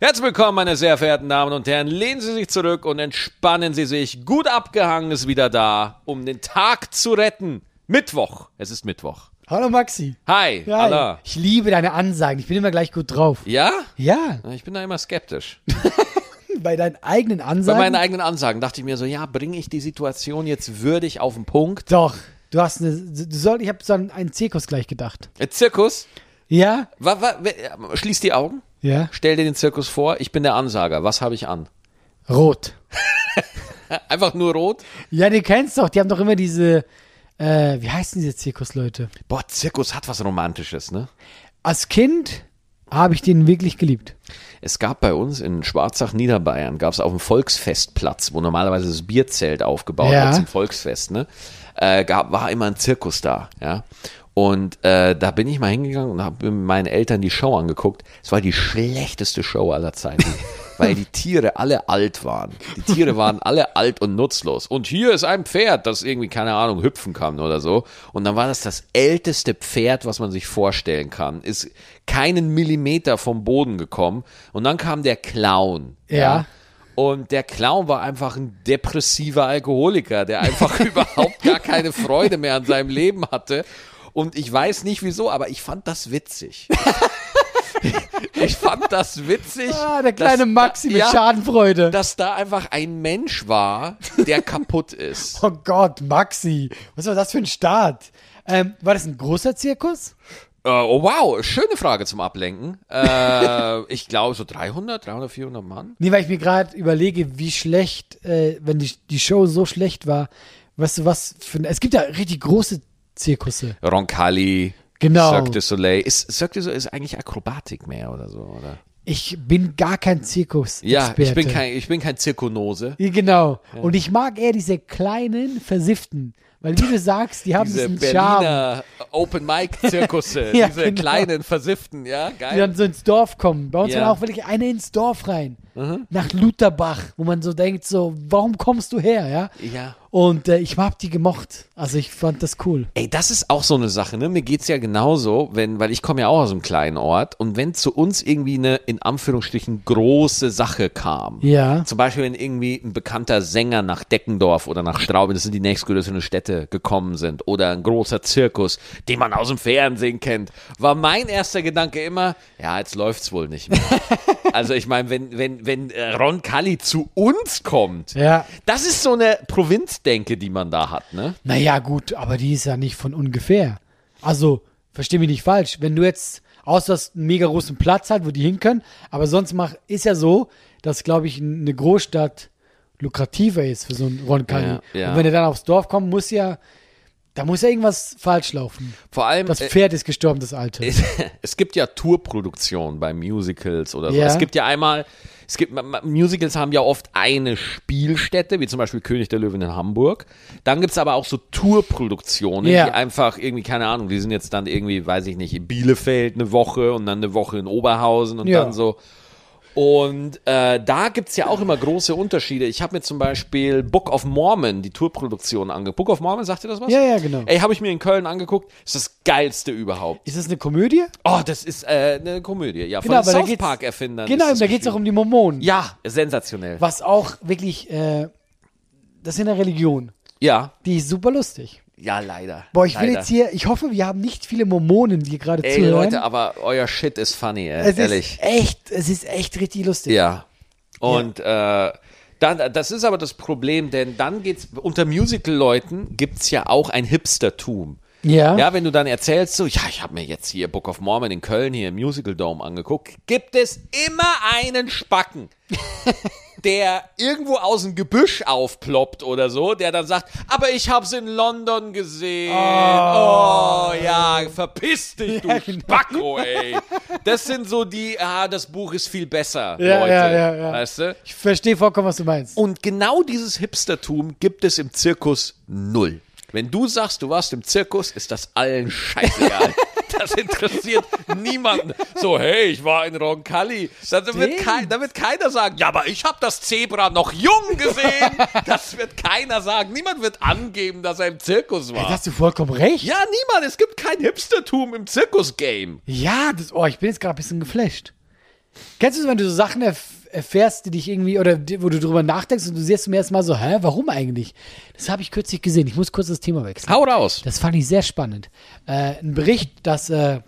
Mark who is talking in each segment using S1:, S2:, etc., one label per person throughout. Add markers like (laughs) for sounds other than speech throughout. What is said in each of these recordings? S1: Herzlich willkommen, meine sehr verehrten Damen und Herren. Lehnen Sie sich zurück und entspannen Sie sich. Gut abgehangen ist wieder da, um den Tag zu retten. Mittwoch. Es ist Mittwoch.
S2: Hallo Maxi.
S1: Hi,
S2: Ja,
S1: Allah.
S2: Ich liebe deine Ansagen. Ich bin immer gleich gut drauf.
S1: Ja?
S2: Ja,
S1: Ich bin da immer skeptisch.
S2: bei deinen eigenen
S1: Bei
S2: Ansagen.
S1: meinen eigenen Ansagen dachte ich mir so, ja, bringe ich die Situation jetzt würdig auf den Punkt?
S2: Doch. Du hast eine. Du soll, ich habe so an einen Zirkus gleich gedacht.
S1: Äh, Zirkus?
S2: Ja?
S1: Wa, wa, we- äh, schließ die Augen.
S2: Ja.
S1: Stell dir den Zirkus vor. Ich bin der Ansager. Was habe ich an?
S2: Rot.
S1: Einfach nur rot?
S2: Ja, du kennst doch. Die haben doch immer diese. Äh, wie heißen diese Zirkusleute?
S1: Boah, Zirkus hat was Romantisches, ne?
S2: Als Kind habe ich den wirklich geliebt.
S1: Es gab bei uns in Schwarzach, Niederbayern, gab es auf dem Volksfestplatz, wo normalerweise das Bierzelt aufgebaut
S2: Ja.
S1: wird zum Volksfest, ne? Äh, gab, war immer ein Zirkus da, ja. Und äh, da bin ich mal hingegangen und habe meinen Eltern die Show angeguckt. Es war die schlechteste Show aller Zeiten, weil die Tiere alle alt waren. Die Tiere waren alle alt und nutzlos. Und hier ist ein Pferd, das irgendwie, keine Ahnung, hüpfen kann oder so. Und dann war das das älteste Pferd, was man sich vorstellen kann. Ist keinen Millimeter vom Boden gekommen. Und dann kam der Clown.
S2: Ja.
S1: Und der Clown war einfach ein depressiver Alkoholiker, der einfach (laughs) überhaupt gar keine Freude mehr an seinem Leben hatte. Und ich weiß nicht wieso, aber ich fand das witzig. (laughs) Ich fand das witzig.
S2: Ah, der kleine
S1: dass-
S2: Maxi mit
S1: ja,
S2: Schadenfreude.
S1: Dass da einfach ein Mensch war, der kaputt ist. (laughs)
S2: oh Gott, Maxi. Was war das für ein Start? Ähm, war das ein großer Zirkus?
S1: Äh, oh, wow, schöne Frage zum Ablenken. Äh, ich glaube so 300, 300, 400 Mann.
S2: Nee, weil ich mir gerade überlege, wie schlecht, äh, wenn die, die Show so schlecht war, weißt du was für ein, Es gibt ja richtig große Zirkusse.
S1: Roncalli,
S2: Genau.
S1: Cirque du Soleil. Ist, Cirque du Soleil ist eigentlich Akrobatik mehr oder so, oder?
S2: Ich bin gar kein zirkus
S1: Ja, ich bin kein, ich bin kein Zirkonose.
S2: Ja, Genau. Und ich mag eher diese kleinen Versifften. Weil wie du sagst, die haben
S1: Diese
S2: diesen Charme.
S1: Berliner Open Mic Zirkusse,
S2: (laughs) Ja,
S1: diese
S2: genau.
S1: kleinen Versifften, ja,
S2: Die dann
S1: geil.
S2: so ins Dorf kommen. Bei uns
S1: Ja.
S2: war auch wirklich einer ins Dorf rein. Nach Lutherbach, wo man so denkt, so, warum kommst du her, ja?
S1: Ja.
S2: Und äh, ich hab die gemocht. Also ich fand das cool.
S1: Ey, das ist auch so eine Sache, ne? Mir geht's ja genauso, wenn, weil ich komme ja auch aus einem kleinen Ort und wenn zu uns irgendwie eine in Anführungsstrichen große Sache kam.
S2: Ja.
S1: Zum Beispiel, wenn irgendwie ein bekannter Sänger nach Deckendorf oder nach Straubing, das sind die nächstgrößeren Städte, gekommen sind, oder ein großer Zirkus, den man aus dem Fernsehen kennt, war mein erster Gedanke immer, ja, jetzt läuft's wohl nicht
S2: (laughs)
S1: mehr. also ich meine, wenn, wenn, wenn äh, Ron Kalli zu uns kommt,
S2: Ja.
S1: das ist so eine Provinzdenke, die man da hat, ne?
S2: Naja, gut, aber die ist ja nicht von ungefähr. Also, versteh mich nicht falsch. Wenn du jetzt, außer dass einen mega großen Platz hat, wo die hin können, aber sonst mach, ist ja so, dass, glaube ich, eine Großstadt lukrativer ist für so einen Ron Kalli.
S1: Ja, ja.
S2: Und wenn er dann aufs Dorf kommt, muss ja, da muss ja irgendwas falsch laufen.
S1: Vor allem,
S2: Das
S1: äh,
S2: Pferd ist gestorben, das Alte.
S1: (laughs) es gibt ja Tourproduktionen bei Musicals oder so.
S2: Ja.
S1: Es gibt ja einmal, es gibt ma- ma- Musicals haben ja oft eine Spielstätte, wie zum Beispiel König der Löwen in Hamburg. Dann gibt es aber auch so Tourproduktionen,
S2: Ja.
S1: die einfach irgendwie, keine Ahnung, die sind jetzt dann irgendwie, weiß ich nicht, in Bielefeld eine Woche und dann eine Woche in Oberhausen und
S2: Ja.
S1: dann so. Und äh, da gibt's ja auch immer große Unterschiede. Ich habe mir zum Beispiel Book of Mormon, die Tourproduktion, angeguckt. Book of Mormon, sagt ihr das was?
S2: Ja, ja, genau.
S1: Ey, habe ich mir in Köln angeguckt. Ist das geilste überhaupt.
S2: Ist das eine Komödie?
S1: Oh, das ist äh, eine Komödie, ja. Von
S2: Genau, aber da
S1: den South
S2: geht's-
S1: Park-Erfindern.
S2: Genau,
S1: ist das
S2: da geht es auch
S1: geschrieben.
S2: um die Mormonen.
S1: Ja, sensationell.
S2: Was auch wirklich, äh, das ist eine Religion.
S1: Ja,
S2: Die ist super lustig.
S1: ja, leider.
S2: Boah, ich will
S1: leider.
S2: jetzt hier, ich hoffe, wir haben nicht viele Mormonen, die gerade
S1: Ey,
S2: zuhören.
S1: Leute, aber euer Shit ist funny, ey,
S2: es
S1: ehrlich.
S2: ist echt, es ist echt richtig lustig.
S1: ja. Und äh, dann, das ist aber das Problem, denn dann geht's unter Musical-Leuten gibt's ja auch ein Hipstertum.
S2: Ja.
S1: Ja, wenn du dann erzählst, so, ja, ich habe mir jetzt hier Book of Mormon in Köln hier im Musical Dome angeguckt, gibt es immer einen
S2: (laughs)
S1: Spacken, der irgendwo aus dem Gebüsch aufploppt oder so, der dann sagt, aber ich hab's in London gesehen.
S2: Ah.
S1: Oh, ja, verpiss dich, du
S2: genau.
S1: Spacko, ey. Das sind so die, ah, das Buch ist viel besser,
S2: Ja,
S1: Leute.
S2: ja, ja, ja.
S1: Weißt du?
S2: Ich verstehe vollkommen, was du meinst.
S1: Und genau dieses Hipstertum gibt es im Zirkus null. Wenn du sagst, du warst im Zirkus, ist das allen
S2: (laughs)
S1: scheißegal. Das interessiert niemanden. So, hey, ich war in Roncalli. Da wird, kei- da wird keiner sagen, ja, aber ich habe das Zebra noch jung gesehen. Das wird keiner sagen. Niemand wird angeben, dass er im Zirkus
S2: Da
S1: war.
S2: hast du vollkommen recht.
S1: Ja, niemand. Es gibt kein Hipstertum im Zirkus-Game.
S2: Ja, das, oh, ich bin jetzt gerade ein bisschen geflasht. Kennst du es, wenn du so Sachen erf erfährst, die dich irgendwie, oder die, wo du drüber nachdenkst und du siehst zum ersten Mal so, hä, warum eigentlich? Das habe ich kürzlich gesehen. Ich muss kurz das Thema wechseln.
S1: Hau raus!
S2: Das fand ich sehr spannend. Äh, ein Bericht, dass äh,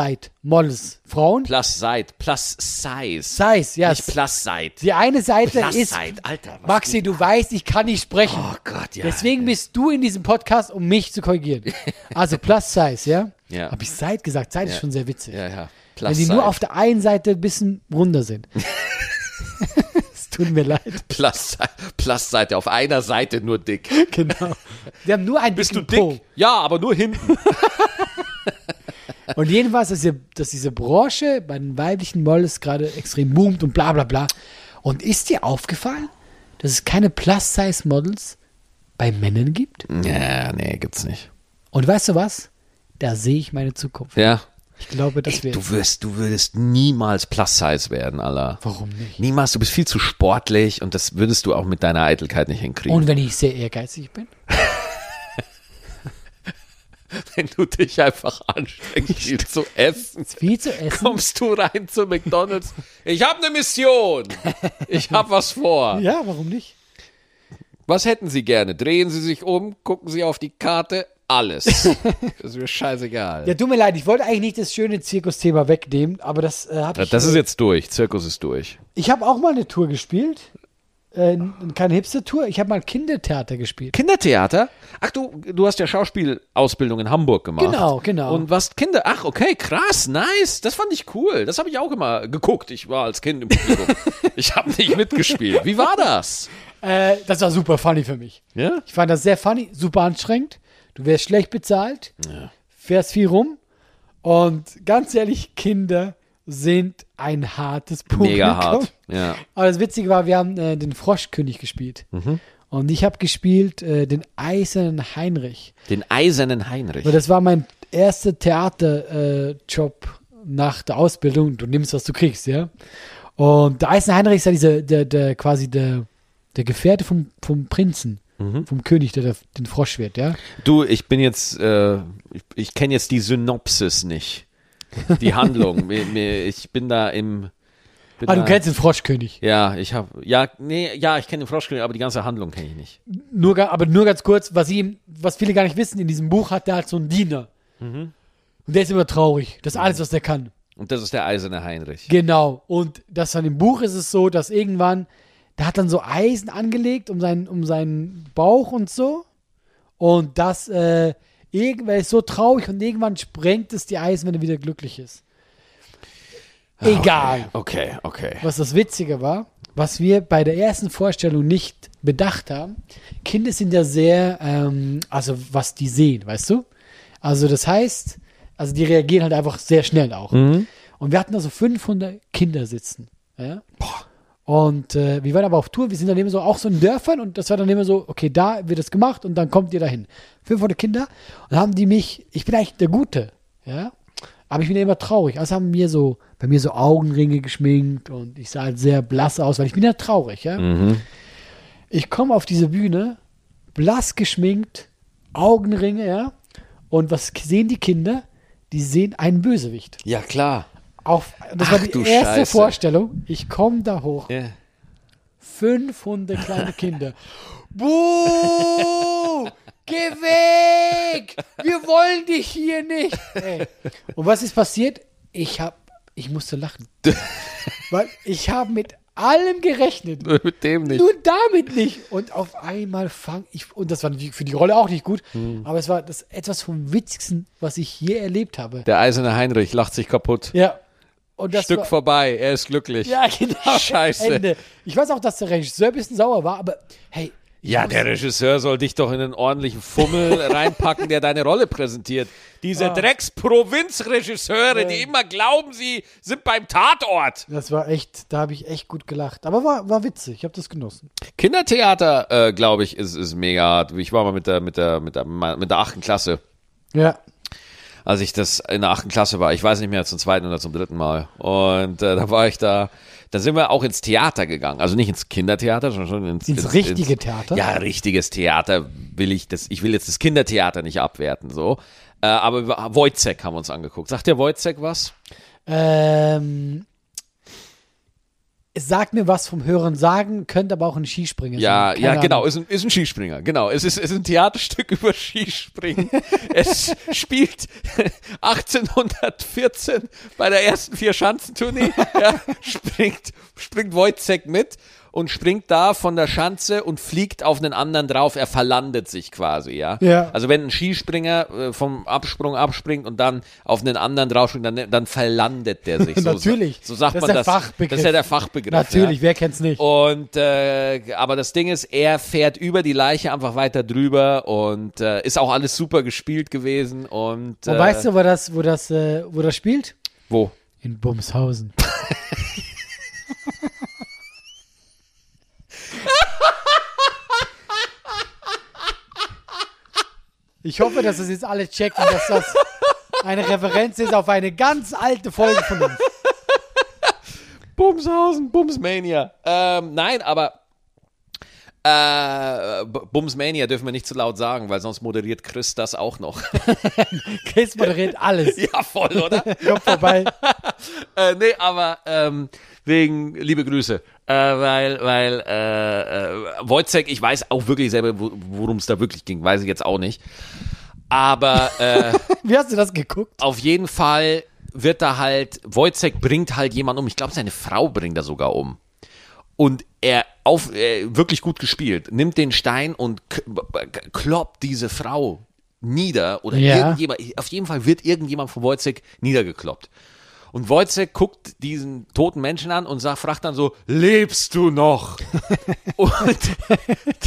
S2: Plus-Side-Models, Frauen,
S1: Plus Side, Plus Size.
S2: Size, ja,
S1: Nicht Plus Side.
S2: die eine Seite
S1: Plus
S2: ist,
S1: Side, Alter. was
S2: Maxi, du weißt, ich kann nicht sprechen.
S1: Oh Gott, ja.
S2: Deswegen bist du in diesem Podcast, um mich zu korrigieren.
S1: (laughs)
S2: Also Plus Size, ja?
S1: Ja.
S2: Habe ich Side gesagt? Side ist
S1: Ja.
S2: schon sehr witzig.
S1: Ja, ja.
S2: Wenn
S1: Plus
S2: die
S1: Side.
S2: nur auf der einen Seite ein bisschen
S1: (laughs)
S2: runder sind. es tut mir leid.
S1: Plus Side. Plus Seite. Auf einer Seite nur dick.
S2: Genau. Die haben nur einen
S1: Bist du
S2: (laughs) dicken
S1: dick?
S2: Po.
S1: Ja, aber nur hinten.
S2: Und jedenfalls, dass, ihr, dass diese Branche bei den weiblichen Models gerade extrem boomt und bla bla bla. Und ist dir aufgefallen, dass es keine Plus-Size-Models bei Männern gibt?
S1: (laughs) ja, nee, gibt's nicht.
S2: Und weißt du was? Da sehe ich meine Zukunft.
S1: Ja.
S2: Ich glaube, dass
S1: Ey,
S2: wir.
S1: du wirst, du würdest niemals Plus Size werden, Allah.
S2: Warum nicht?
S1: Niemals, du bist viel zu sportlich und das würdest du auch mit deiner Eitelkeit nicht hinkriegen.
S2: Und wenn ich sehr ehrgeizig bin?
S1: wenn du dich einfach anstrengst, viel zu essen, (laughs)
S2: Viel zu essen.
S1: kommst du rein zu McDonalds. Ich habe eine Mission. Ich habe was vor.
S2: (laughs) Ja, warum nicht?
S1: Was hätten Sie gerne? Drehen Sie sich um, gucken Sie auf die Karte.
S2: (laughs)
S1: Alles. ist mir scheißegal.
S2: Ja, tut mir leid, ich wollte eigentlich nicht das schöne Zirkusthema wegnehmen, aber das äh, habe ich.
S1: Das ist jetzt durch. Zirkus ist durch.
S2: ich habe auch mal eine Tour gespielt. Äh, n- keine Hipster-Tour, ich habe mal Kindertheater gespielt.
S1: Kindertheater? Ach, du, du hast ja Schauspielausbildung in Hamburg gemacht.
S2: Genau, genau.
S1: Und was Kinder? Ach, okay, krass, nice. Das fand ich cool. Das habe ich auch immer geguckt. Ich war als Kind im
S2: (laughs)
S1: Publikum. ich habe nicht mitgespielt. Wie war das?
S2: Äh, das war super funny für mich.
S1: Ja?
S2: Ich fand das sehr funny, super anstrengend. Du wärst schlecht bezahlt, fährst viel rum. Und ganz ehrlich, Kinder sind ein hartes Publikum.
S1: Mega hart. Ja.
S2: Aber das Witzige war, wir haben äh, den Froschkönig gespielt. Und ich habe gespielt äh, den Eisernen Heinrich.
S1: Den eisernen Heinrich.
S2: Weil das war mein erster Theaterjob äh, Job nach der Ausbildung. Du nimmst, was du kriegst, ja. Und der Eisen Heinrich ist ja dieser, der, der quasi der, der Gefährte vom, vom Prinzen, vom König, der, der den Frosch wird, ja.
S1: Du, ich bin jetzt, äh, ich, ich kenne jetzt die Synopsis nicht. Die
S2: (laughs)
S1: Handlung. mir, mir, ich bin da im. Bin
S2: Ah, du
S1: da-
S2: kennst den Froschkönig.
S1: Ja, ich habe. Ja, nee, ja, ich kenne den Froschkönig, aber die ganze Handlung kenne ich nicht.
S2: Nur, ga- aber nur ganz kurz, was, ihm, was viele gar nicht wissen, in diesem Buch hat der halt so einen Diener. Und der ist immer traurig. Das ist alles, was der kann.
S1: Und das ist der eiserne Heinrich.
S2: Genau. Und das dann im Buch ist es so, dass irgendwann, der hat dann so Eisen angelegt um seinen, um seinen Bauch und so. Und das, äh, irgendwann er ist so traurig und irgendwann sprengt es die Eisen, wenn er wieder glücklich ist. Egal.
S1: Ah, Okay, okay.
S2: Was das Witzige war, was wir bei der ersten Vorstellung nicht bedacht haben, Kinder sind ja sehr, ähm, also was die sehen, weißt du? Also das heißt, also die reagieren halt einfach sehr schnell auch. Und wir hatten da so 500 Kinder sitzen. Ja? Und äh, wir waren aber auf Tour, wir sind dann immer so auch so in Dörfern und das war dann immer so, okay, da wird das gemacht und dann kommt ihr dahin. 500 Kinder und dann haben die mich, ich bin eigentlich der Gute, ja, aber ich bin ja immer traurig. Also haben mir so, bei mir so Augenringe geschminkt und ich sah halt sehr blass aus, weil ich bin ja traurig, ja.
S1: Mhm.
S2: Ich komme auf diese Bühne, blass geschminkt, Augenringe, ja, und was sehen die Kinder? Die sehen einen Bösewicht.
S1: Ja, klar.
S2: Auf, das war
S1: Ach,
S2: die
S1: du
S2: erste
S1: Scheiße.
S2: Vorstellung. Ich komme da hoch.
S1: Ja.
S2: 500 kleine Kinder. Buh! Geh weg! Wir wollen dich hier nicht! Ey. Und was ist passiert? Ich hab, ich
S1: (laughs)
S2: musste lachen. Weil ich habe mit allem gerechnet.
S1: (laughs) Mit dem nicht.
S2: Nur damit nicht. Und auf einmal fang ich, und das war natürlich für die Rolle auch nicht gut,
S1: Hm.
S2: aber es war das etwas vom Witzigsten, was ich je erlebt habe.
S1: Der eiserne Heinrich lacht sich kaputt.
S2: Ja. Und das
S1: Stück
S2: war,
S1: vorbei, er ist glücklich.
S2: Ja, genau.
S1: Scheiße.
S2: Ende. Ich weiß auch, dass der Regisseur ein bisschen sauer war, aber hey. ich
S1: Ja,
S2: muss-
S1: der Regisseur soll dich doch in einen ordentlichen
S2: (laughs)
S1: Fummel reinpacken, der deine Rolle präsentiert.
S2: Ah.
S1: Diese Drecksprovinzregisseure, die immer glauben, sie sind beim Tatort.
S2: Das war echt, da habe ich echt gut gelacht. Aber war, war witzig, ich habe das genossen.
S1: Kindertheater, äh, glaube ich, ist, ist mega hart. Ich war mal mit der, mit der, mit der, mit der achten Klasse.
S2: Ja.
S1: als ich das in der achten Klasse war. Ich weiß nicht mehr zum zweiten oder zum dritten Mal. Und äh, da war ich da. Da sind wir auch ins Theater gegangen. Also nicht ins Kindertheater, sondern schon ins,
S2: Ins richtige Theater?
S1: Ja, richtiges Theater will ich das. Ich will jetzt das Kindertheater nicht abwerten, so. Äh, aber wir- Wojcek haben wir uns angeguckt. Sagt der Wojcek was?
S2: Ähm, es sagt mir was vom Hören sagen, könnte aber auch ein Skispringer
S1: Ja,
S2: sein. Keine
S1: ja, genau,
S2: Ahnung.
S1: ist ein, ist ein Skispringer, genau. Es ist, es ist ein Theaterstück (laughs) über Skispringen. es spielt (laughs) 1814 bei der ersten Vier-Schanzentournee, ja, springt, springt Wojcek mit und springt da von der Schanze und fliegt auf einen anderen drauf. Er verlandet sich quasi, ja.
S2: Ja.
S1: Also wenn ein Skispringer äh, vom Absprung abspringt und dann auf einen anderen drauf springt, dann, dann verlandet der
S2: (laughs)
S1: sich. So,
S2: Natürlich.
S1: So sagt
S2: Das
S1: man
S2: ist der
S1: das.
S2: Fachbegriff.
S1: Das ist ja der Fachbegriff.
S2: Natürlich,
S1: ja.
S2: wer kennt's nicht?
S1: Und äh, aber das Ding ist, er fährt über die Leiche einfach weiter drüber und äh, ist auch alles super gespielt gewesen und
S2: Wo
S1: äh,
S2: weißt du, wo das, wo das, äh, wo das spielt?
S1: wo?
S2: In Bumshausen. Ich hoffe, dass das jetzt alle checken, dass das eine Referenz ist auf eine ganz alte Folge von uns.
S1: Bumshausen, Bumsmania. Ähm, nein, aber äh, B- Bumsmania dürfen wir nicht zu laut sagen, weil sonst moderiert Chris das auch noch. (laughs)
S2: Chris moderiert alles.
S1: ja, voll, oder?
S2: Kommt vorbei.
S1: äh, nee, aber ähm, wegen liebe Grüße. Äh, weil, weil, äh, äh, Wojcek, ich weiß auch wirklich selber, wo- worum es da wirklich ging, weiß ich jetzt auch nicht. Aber äh,
S2: Wie hast du das geguckt?
S1: auf jeden Fall wird da halt, Wojcek bringt halt jemanden um. Ich glaube, seine Frau bringt er sogar um. Und er auf, äh, wirklich gut gespielt, nimmt den Stein und k- b- b- kloppt diese Frau nieder oder
S2: Ja.
S1: irgendjemand, auf jeden Fall wird irgendjemand von Wojcik niedergekloppt. Und Wojcik guckt diesen toten Menschen an und sagt, fragt dann so, lebst du noch? Und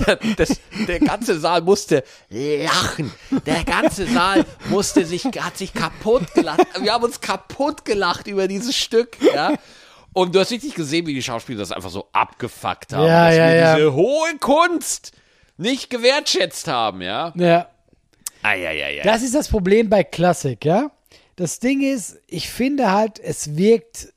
S1: da- das, der ganze Saal musste lachen. Der ganze Saal musste sich, hat sich kaputt gelacht. Wir haben uns kaputt gelacht über dieses Stück, ja. Und du hast richtig gesehen, wie die Schauspieler das einfach so abgefuckt haben.
S2: Ja,
S1: dass
S2: ja,
S1: wir
S2: ja.
S1: diese hohe Kunst nicht gewertschätzt haben, ja.
S2: Ja.
S1: Eieiei.
S2: Das ist das Problem bei Klassik, ja? Das Ding ist, ich finde halt, es wirkt,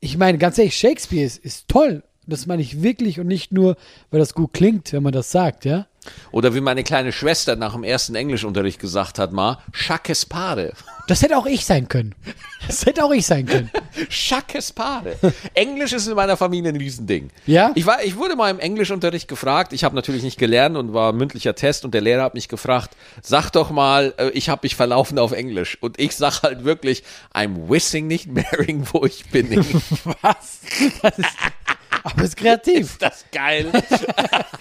S2: ich meine, ganz ehrlich, Shakespeare ist, ist toll. Das meine ich wirklich und nicht nur, weil das gut klingt, wenn man das sagt, ja?
S1: Oder wie meine kleine Schwester nach dem ersten Englischunterricht gesagt hat, mal, Schakespare.
S2: Das hätte auch ich sein können. Das hätte auch ich sein können.
S1: Schakespare. (laughs) Englisch ist in meiner Familie ein Riesending.
S2: Ja?
S1: Ich, war, ich wurde mal im Englischunterricht gefragt, ich habe natürlich nicht gelernt und war ein mündlicher Test und der Lehrer hat mich gefragt, sag doch mal, äh, ich habe mich verlaufen auf Englisch. Und ich sag halt wirklich, I'm wishing nicht marrying, wo ich bin. Ist
S2: Was? Das ist, aber es ist kreativ.
S1: das geil? (laughs)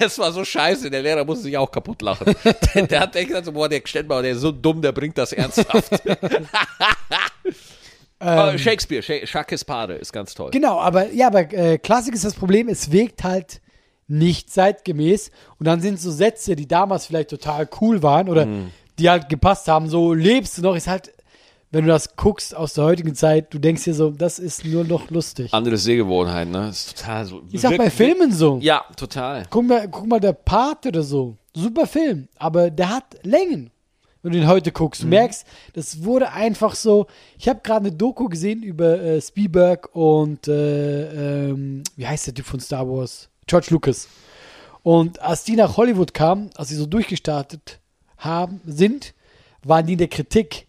S1: das war so scheiße, der Lehrer musste sich auch kaputt lachen. (laughs) Der, der hat echt gesagt, so, boah, der Stellbauer, der ist so dumm, der bringt das ernsthaft. (laughs) Aber Shakespeare, Sha- Schakespare ist ganz toll.
S2: Genau, aber ja, aber äh, Klassik ist das Problem, es wirkt halt nicht zeitgemäß. Und dann sind so Sätze, die damals vielleicht total cool waren oder die halt gepasst haben, so lebst du noch, ist halt, wenn du das guckst aus der heutigen Zeit, du denkst dir so, das ist nur noch lustig.
S1: Andere Sehgewohnheiten, ne? Ist total so.
S2: Ich sag
S1: wirkt-
S2: bei Filmen so.
S1: Ja, total.
S2: Guck, mal, guck mal, der Pate oder so. Super Film, aber der hat Längen. Wenn du ihn heute guckst, du merkst, das wurde einfach so. Ich habe gerade eine Doku gesehen über äh, Spielberg und äh, ähm, wie heißt der Typ von Star Wars? George Lucas. Und als die nach Hollywood kamen, als sie so durchgestartet haben, sind, waren die in der Kritik.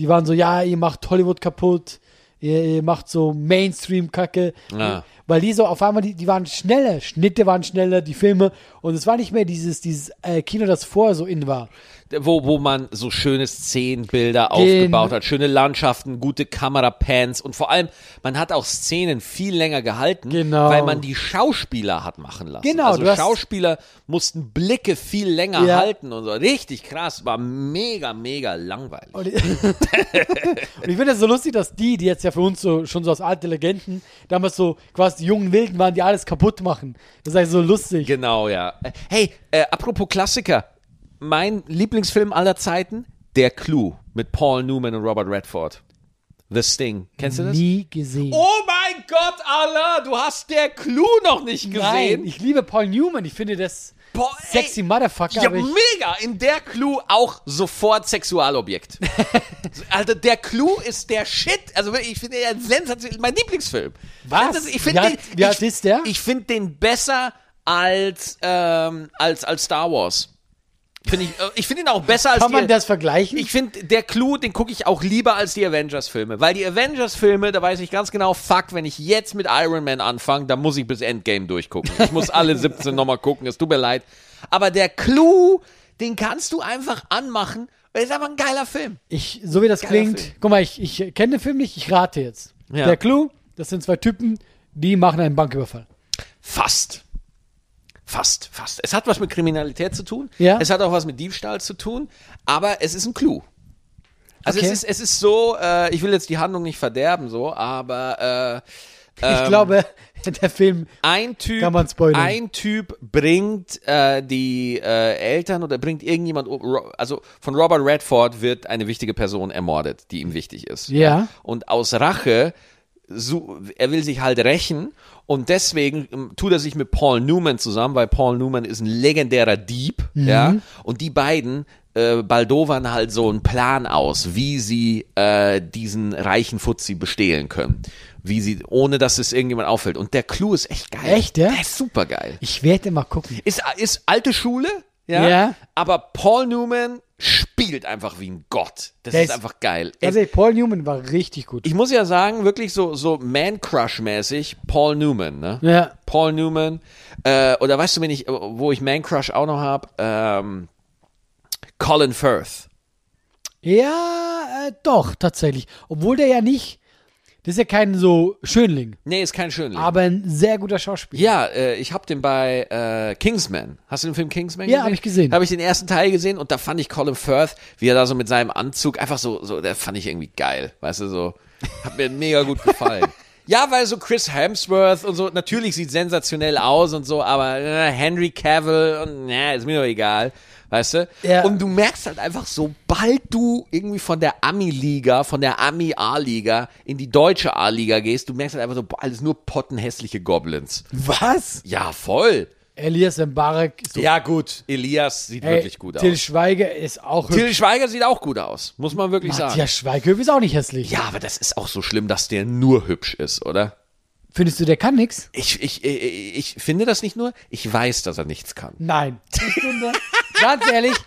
S2: Die waren so, ja, ihr macht Hollywood kaputt, ihr, ihr macht so Mainstream-Kacke.
S1: Ja.
S2: Weil die so auf einmal, die, die waren schneller, Schnitte waren schneller, die Filme. Und es war nicht mehr dieses, dieses äh, Kino, das vorher so in war.
S1: Wo, wo man so schöne Szenenbilder
S2: Gen-
S1: aufgebaut hat, schöne Landschaften, gute Kamerapans und vor allem, man hat auch Szenen viel länger gehalten,
S2: Genau.
S1: weil man die Schauspieler hat machen lassen.
S2: Genau,
S1: also
S2: du hast-
S1: Schauspieler mussten Blicke viel länger
S2: Ja.
S1: halten und so. Richtig krass, war mega, mega langweilig.
S2: Und ich, (laughs) und ich finde es so lustig, dass die, die jetzt ja für uns so schon so als alte Legenden, damals so quasi die jungen Wilden waren, die alles kaputt machen. Das ist eigentlich so lustig.
S1: Genau, ja. Äh, Hey, äh, apropos Klassiker, mein Lieblingsfilm aller Zeiten, Der Clou mit Paul Newman und Robert Redford. The Sting. Kennst du das?
S2: Nie gesehen.
S1: Oh mein Gott, Allah, du hast der Clou noch nicht gesehen.
S2: Nein, ich liebe Paul Newman. Ich finde das
S1: Boah, ey.
S2: sexy Motherfucker.
S1: ja,
S2: aber ich,
S1: mega. In der Clou auch sofort
S2: (laughs)
S1: Sexualobjekt. also der Clou ist der Shit. Also ich finde er sensationell. Mein Lieblingsfilm.
S2: Was?
S1: Das- Ich find
S2: Wie alt-
S1: den,
S2: wie alt
S1: ich,
S2: ist der?
S1: Ich finde den besser als, ähm, als, als Star Wars. Find ich äh, ich finde ihn auch besser als
S2: Kann man
S1: die,
S2: das vergleichen?
S1: ich finde, der Clou, den gucke ich auch lieber als die Avengers-Filme. Weil die Avengers-Filme, da weiß ich ganz genau, fuck, wenn ich jetzt mit Iron Man anfange, dann muss ich bis Endgame durchgucken. Ich muss alle 17 nochmal gucken, es tut mir leid. Aber der Clou, den kannst du einfach anmachen. Das ist einfach ein geiler Film.
S2: Ich, so wie das
S1: Geiler
S2: klingt,
S1: Film.
S2: guck mal, ich, ich kenne den Film nicht, ich rate jetzt.
S1: Ja.
S2: Der Clou, das sind zwei Typen, die machen einen Banküberfall.
S1: Fast. Fast, fast. Es hat was mit Kriminalität zu tun.
S2: Ja.
S1: Es hat auch was mit Diebstahl zu tun. Aber es ist ein Clou. Also
S2: Okay.
S1: es, ist, es ist so, äh, ich will jetzt die Handlung nicht verderben, so, aber äh,
S2: Ich glaube, (laughs) der Film,
S1: Ein Typ,
S2: Kann man spoilern.
S1: ein Typ bringt äh, die äh, Eltern oder bringt irgendjemand, um. Ro- also von Robert Redford wird eine wichtige Person ermordet, die ihm wichtig ist.
S2: Ja.
S1: Und aus Rache, so, er will sich halt rächen und deswegen ähm, tut er sich mit Paul Newman zusammen, weil Paul Newman ist ein legendärer Dieb, ja. Und die beiden äh, baldowern halt so einen Plan aus, wie sie äh, diesen reichen Fuzzi bestehlen können. Wie sie, ohne dass es irgendjemand auffällt. Und der Clou ist echt geil.
S2: Echt, ja?
S1: Der ist super geil.
S2: ich werde mal gucken.
S1: Ist, ist alte Schule, ja,
S2: Ja.
S1: aber Paul Newman spielt einfach wie ein Gott. Das
S2: Der
S1: ist,
S2: ist-
S1: einfach geil. Er-
S2: Also Paul Newman war richtig gut.
S1: ich muss ja sagen, wirklich so, so Man-Crush-mäßig Paul Newman, ne?
S2: Ja.
S1: Paul Newman. Äh, oder weißt du, wen ich, wo ich Man-Crush auch noch habe? Ähm, Colin Firth.
S2: Ja, äh, doch, tatsächlich. Obwohl der ja nicht, das ist ja kein so Schönling,
S1: Nee, ist kein Schönling.
S2: aber ein sehr guter Schauspieler.
S1: ja, äh, ich habe den bei äh, Kingsman. Hast du den Film Kingsman
S2: Ja,
S1: gesehen?
S2: hab ich gesehen.
S1: Habe ich den ersten Teil gesehen und da fand ich Colin Firth, wie er da so mit seinem Anzug einfach so, so der fand ich irgendwie geil. Weißt du, so. Hat mir mega gut gefallen. (laughs) Ja, weil so Chris Hemsworth und so, natürlich sieht sensationell aus und so, aber äh, Henry Cavill und na, ist mir doch egal. Weißt du?
S2: Ja.
S1: Und du merkst halt einfach, sobald du irgendwie von der Ami-Liga, von der Ami-A-Liga in die deutsche A-Liga gehst, du merkst halt einfach so, boah, alles nur pottenhässliche Goblins.
S2: Was?
S1: Ja, voll.
S2: Elias Mbarek ist so,
S1: Ja, gut. Elias sieht
S2: ey,
S1: wirklich gut
S2: Till
S1: aus.
S2: Schweiger ist auch hübsch.
S1: Till Schweiger sieht auch gut aus, muss man wirklich sagen.
S2: Matthias Schweighöfer ist auch nicht hässlich.
S1: Ja, aber das ist auch so schlimm, dass der nur hübsch ist, oder?
S2: Findest du, der kann nix?
S1: Ich, ich, äh, ich, ich finde das nicht nur, ich weiß, dass er nichts kann.
S2: Nein. Ich finde, (laughs) Ganz ehrlich,
S1: (laughs)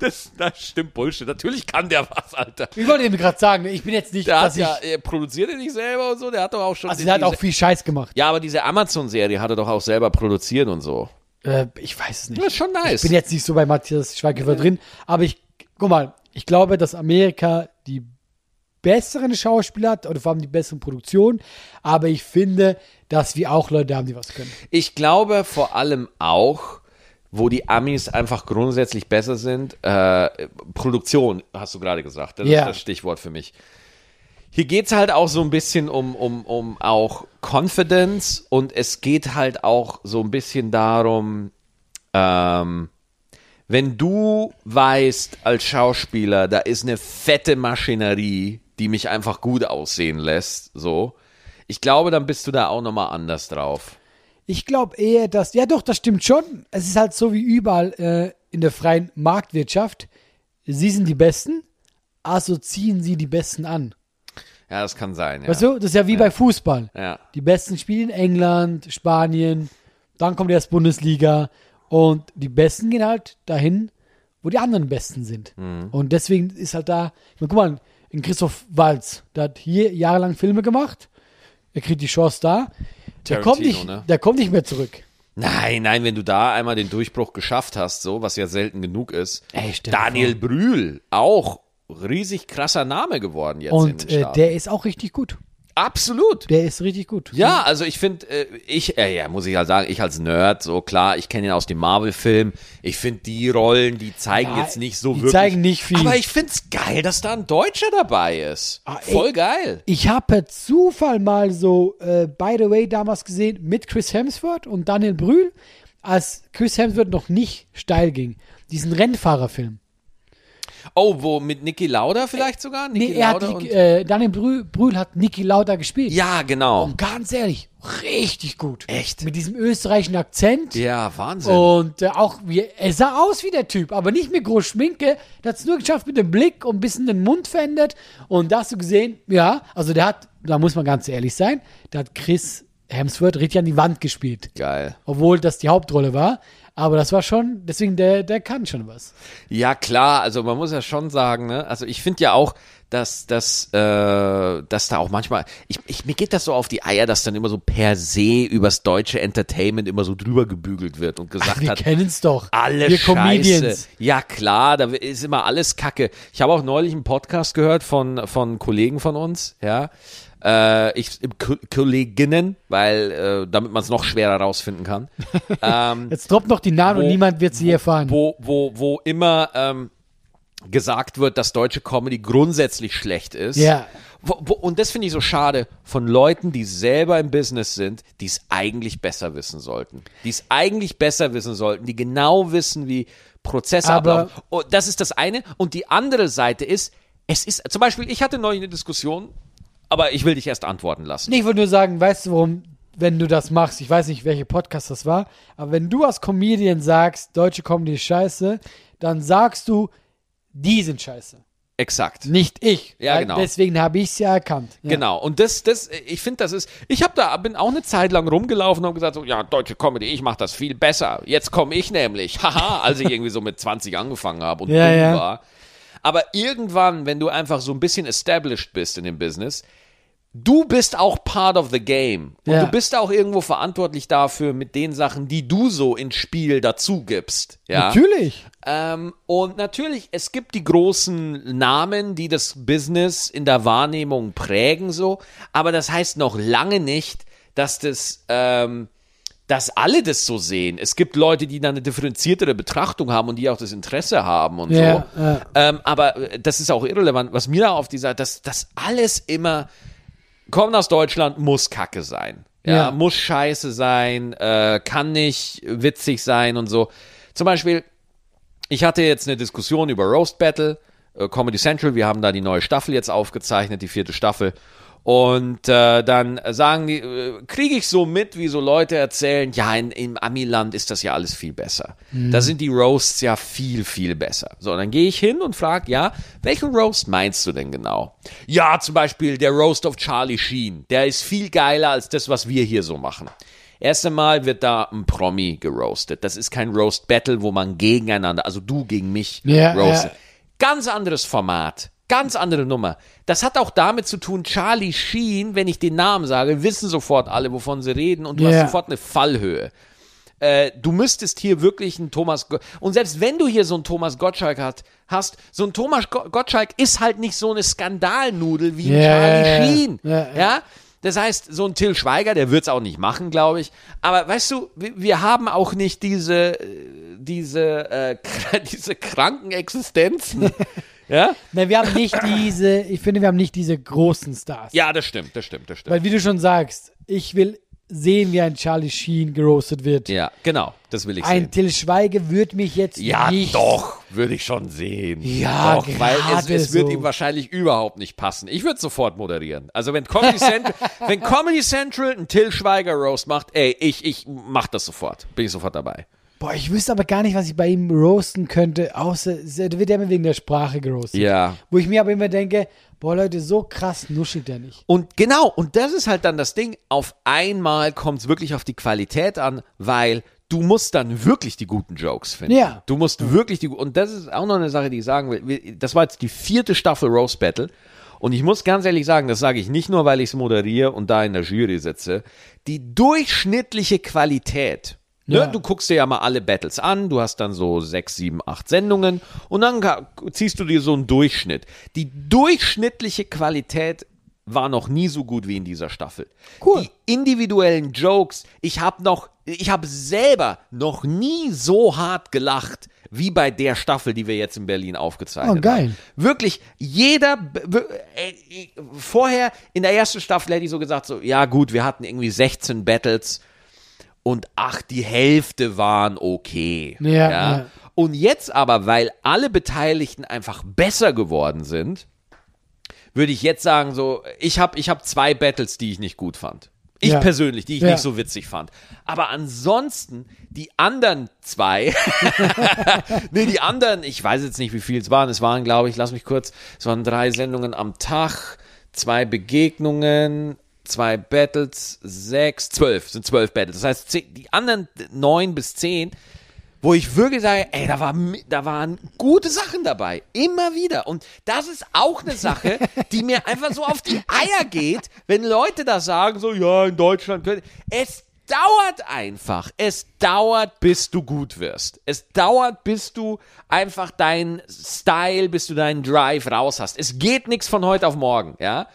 S1: Das, das stimmt Bullshit. Natürlich kann der was, Alter.
S2: ich wollte eben gerade sagen, ich bin jetzt nicht,
S1: Der hat
S2: dass ich,
S1: ja, er produziert er nicht selber und so, der hat doch auch schon.
S2: also der hat
S1: diese-
S2: auch viel Scheiß gemacht.
S1: ja, aber diese Amazon-Serie hat er doch auch selber produziert und so.
S2: Äh, ich weiß es nicht.
S1: Das ist schon nice.
S2: Ich bin jetzt nicht so bei Matthias Schweighöfer drin, aber ich, guck mal, ich glaube, dass Amerika die besseren Schauspieler hat oder vor allem die besseren Produktionen, aber ich finde, dass wir auch Leute haben, die was können.
S1: Ich glaube vor allem auch, wo die Amis einfach grundsätzlich besser sind, äh, Produktion, hast du gerade gesagt. Das
S2: Ja.
S1: ist das Stichwort für mich. Hier geht es halt auch so ein bisschen um, um, um auch Confidence und es geht halt auch so ein bisschen darum, ähm, wenn du weißt als Schauspieler, da ist eine fette Maschinerie, die mich einfach gut aussehen lässt, so, ich glaube, dann bist du da auch nochmal anders drauf.
S2: Ich glaube eher, dass, ja doch, das stimmt schon. Es ist halt so wie überall äh, in der freien Marktwirtschaft. Sie sind die Besten, also ziehen sie die Besten an.
S1: Ja, das kann sein. Ja.
S2: Weißt du, das ist ja wie bei Fußball.
S1: Ja.
S2: Die besten spielen England, Spanien, dann kommt erst Bundesliga und die Besten gehen halt dahin, wo die anderen Besten sind.
S1: Mhm.
S2: Und deswegen ist halt da, ich meine, guck mal, in Christoph Walz, der hat hier jahrelang Filme gemacht, er kriegt die Chance da, der kommt,
S1: Tarantino,
S2: nicht,
S1: ne?
S2: der kommt nicht mehr zurück.
S1: Nein, nein, wenn du da einmal den Durchbruch geschafft hast, so, was ja selten genug ist.
S2: Ey, stell dir
S1: Daniel Brühl, auch riesig krasser Name geworden jetzt in
S2: Und
S1: den
S2: äh,
S1: Staaten.
S2: der ist auch richtig gut.
S1: Absolut.
S2: Der ist richtig gut.
S1: Ja, also ich finde, äh, ich, äh, ja, muss ich halt sagen, ich als Nerd, so klar, ich kenne ihn aus dem Marvel-Film. Ich finde die Rollen, die zeigen
S2: Ja,
S1: jetzt nicht so
S2: die
S1: wirklich.
S2: zeigen nicht viel. Ah,
S1: Aber ich finde es geil, dass da ein Deutscher dabei ist.
S2: ey.
S1: Voll geil.
S2: Ich habe per Zufall mal so äh, By the Way damals gesehen mit Chris Hemsworth und Daniel Brühl, als Chris Hemsworth noch nicht steil ging. Diesen Rennfahrerfilm.
S1: Oh, wo mit Niki Lauda vielleicht sogar? Niki
S2: Nee, er hat
S1: Lauda
S2: Niki-
S1: und,
S2: äh, Daniel Brühl, Brühl hat Niki Lauda gespielt.
S1: ja, genau.
S2: Und ganz ehrlich, richtig gut.
S1: Echt?
S2: Mit diesem österreichischen Akzent.
S1: Ja, Wahnsinn.
S2: Und äh, auch, wie, er sah aus wie der Typ, aber nicht mit groß Schminke. Der hat es nur geschafft mit dem Blick und ein bisschen den Mund verändert. Und da hast du gesehen, ja, also der hat, da muss man ganz ehrlich sein, da hat Chris Hemsworth richtig an die Wand gespielt.
S1: Geil.
S2: Obwohl das die Hauptrolle war. Aber das war schon, deswegen, der, der kann schon was.
S1: Ja, klar, also man muss ja schon sagen, ne? Also ich finde ja auch, dass, dass, äh, dass da auch manchmal, ich, ich, mir geht das so auf die Eier, dass dann immer so per se übers deutsche Entertainment immer so drüber gebügelt wird und gesagt
S2: Ach, wir
S1: hat,
S2: kennen es doch.
S1: alle
S2: wir
S1: Scheiße.
S2: Comedians.
S1: Ja, klar, da ist immer alles Kacke. Ich habe auch neulich einen Podcast gehört von, von Kollegen von uns, ja. Äh, ich, Ko- Kolleginnen, weil, äh, damit man es noch schwerer rausfinden
S2: (laughs)
S1: kann. ähm,
S2: Jetzt droppt noch die Namen und
S1: Wo-
S2: niemand wird sie erfahren.
S1: wo, wo, wo immer ähm, gesagt wird, dass deutsche Comedy grundsätzlich schlecht ist.
S2: Ja.
S1: Wo, wo, und das finde ich so schade von Leuten, die selber im Business sind, die es eigentlich besser wissen sollten. Die es eigentlich besser wissen sollten, die genau wissen, wie Prozesse
S2: Aber-
S1: ablaufen. Und das ist das eine. Und die andere Seite ist, es ist, zum Beispiel, ich hatte neulich eine Diskussion, aber ich will dich erst antworten lassen.
S2: Ich wollte nur sagen, weißt du, warum, wenn du das machst, ich weiß nicht, welcher Podcast das war, aber wenn du als Comedian sagst, deutsche Comedy ist scheiße, dann sagst du, die sind scheiße.
S1: Exakt.
S2: Nicht ich.
S1: Ja,
S2: Weil
S1: genau.
S2: Deswegen habe ich es ja erkannt. Ja.
S1: Genau. Und das, das, ich finde, das ist, ich habe da, bin auch eine Zeit lang rumgelaufen und hab gesagt, so, ja, deutsche Comedy, ich mache das viel besser. Jetzt komme ich nämlich. (laughs) Haha, als ich irgendwie so mit 20 angefangen habe und
S2: Ja,
S1: dumm
S2: ja.
S1: war. Aber irgendwann, wenn du einfach so ein bisschen established bist in dem Business, du bist auch part of the game. Und
S2: Ja.
S1: du bist auch irgendwo verantwortlich dafür mit den Sachen, die du so ins Spiel dazu gibst. Ja?
S2: Natürlich.
S1: Ähm, und natürlich, es gibt die großen Namen, die das Business in der Wahrnehmung prägen, so, aber das heißt noch lange nicht, dass das, ähm, dass alle das so sehen. Es gibt Leute, die dann eine differenziertere Betrachtung haben und die auch das Interesse haben und
S2: Ja,
S1: so.
S2: ja.
S1: Ähm, aber äh, das ist auch irrelevant. Was mir da auf dieser, dass das alles immer kommt aus Deutschland, muss Kacke sein. Ja,
S2: Ja.
S1: muss scheiße sein, äh, kann nicht witzig sein und so. Zum Beispiel, ich hatte jetzt eine Diskussion über Roast Battle, äh, Comedy Central, wir haben da die neue Staffel jetzt aufgezeichnet, die vierte Staffel. Und äh, dann sagen die, äh, kriege ich so mit, wie so Leute erzählen, ja, in, im Amiland ist das ja alles viel besser. Da sind die Roasts ja viel, viel besser. So, dann gehe ich hin und frage, ja, welchen Roast meinst du denn genau? Ja, zum Beispiel der Roast of Charlie Sheen. Der ist viel geiler als das, was wir hier so machen. Erst einmal wird da ein Promi geroastet. Das ist kein Roast Battle, wo man gegeneinander, also du gegen mich,
S2: Ja,
S1: roastet.
S2: ja.
S1: Ganz anderes Format, ganz andere Nummer. Das hat auch damit zu tun, Charlie Sheen, wenn ich den Namen sage, wissen sofort alle, wovon sie reden und du
S2: Ja.
S1: hast sofort eine Fallhöhe. Äh, du müsstest hier wirklich einen Thomas Go und selbst wenn du hier so einen Thomas Gottschalk hat, hast, so ein Thomas Go Gottschalk ist halt nicht so eine Skandalnudel wie ein
S2: Ja, ja,
S1: Charlie
S2: ja.
S1: Sheen.
S2: Ja, ja.
S1: Ja? Das heißt, so ein Till Schweiger, der wird's auch nicht machen, glaube ich. Aber weißt du, wir, wir haben auch nicht diese, äh, diese, äh, kr- (laughs) diese kranken
S2: (laughs)
S1: Existenzen. ja?
S2: Nein, wir haben nicht diese, ich finde, wir haben nicht diese großen Stars.
S1: ja, das stimmt, das stimmt, das stimmt.
S2: Weil, wie du schon sagst, ich will sehen, wie ein Charlie Sheen geroastet wird.
S1: Ja, genau, das will ich
S2: Ein
S1: sehen.
S2: Till Schweiger wird mich jetzt
S1: Ja,
S2: nicht
S1: doch, würde ich schon sehen.
S2: Ja,
S1: doch, weil es,
S2: gerade
S1: es wird
S2: so.
S1: ihm wahrscheinlich überhaupt nicht passen. Ich würde sofort moderieren. Also wenn Comedy
S2: (laughs)
S1: Central, wenn Comedy Central einen Till Schweiger Roast macht, ey, ich, ich mach das sofort. Bin ich sofort dabei.
S2: Boah, ich wüsste aber gar nicht, was ich bei ihm roasten könnte, außer da wird er immer wegen der Sprache geroastet.
S1: Ja.
S2: Wo ich mir aber immer denke, boah Leute, so krass nuschelt der nicht.
S1: Und genau, und das ist halt dann das Ding. Auf einmal kommt es wirklich auf die Qualität an, weil du musst dann wirklich die guten Jokes finden.
S2: Ja.
S1: Du musst wirklich die gu- und das ist auch noch eine Sache, die ich sagen will. Wir- Das war jetzt die vierte Staffel Roast Battle. Und ich muss ganz ehrlich sagen, das sage ich nicht nur, weil ich es moderiere und da in der Jury sitze. Die durchschnittliche Qualität. Ne?
S2: Ja.
S1: Du guckst dir ja mal alle Battles an, du hast dann so sechs, sieben, acht Sendungen und dann ka- ziehst du dir so einen Durchschnitt. Die durchschnittliche Qualität war noch nie so gut wie in dieser Staffel.
S2: Cool.
S1: Die individuellen Jokes, ich habe noch, ich habe selber noch nie so hart gelacht wie bei der Staffel, die wir jetzt in Berlin aufgezeichnet haben.
S2: Oh, geil.
S1: Wirklich, jeder, b- b- äh, äh, vorher in der ersten Staffel hätte ich so gesagt, so, ja gut, wir hatten irgendwie 16 Battles und ach, die Hälfte waren okay.
S2: Ja, ja.
S1: Und jetzt aber, weil alle Beteiligten einfach besser geworden sind, würde ich jetzt sagen, so, ich habe ich hab zwei Battles, die ich nicht gut fand. Ich
S2: Ja.
S1: persönlich, die ich
S2: Ja.
S1: nicht so witzig fand. Aber ansonsten, die anderen zwei, nee, die anderen, ich weiß jetzt nicht, wie viel es waren. Es waren, glaube ich, lass mich kurz, es waren drei Sendungen am Tag, zwei Begegnungen, zwei Battles, sechs, zwölf, sind zwölf Battles. Das heißt, zehn, die anderen neun bis zehn wo ich wirklich sage, ey, da, war, mi- da waren gute Sachen dabei. Immer wieder. Und das ist auch eine Sache, die mir einfach so auf die Eier geht, wenn Leute da sagen, so, ja, in Deutschland können. Es dauert einfach. Es dauert, bis du gut wirst. Es dauert, bis du einfach deinen Style, bis du deinen Drive raus hast. Es geht nichts von heute auf morgen, ja.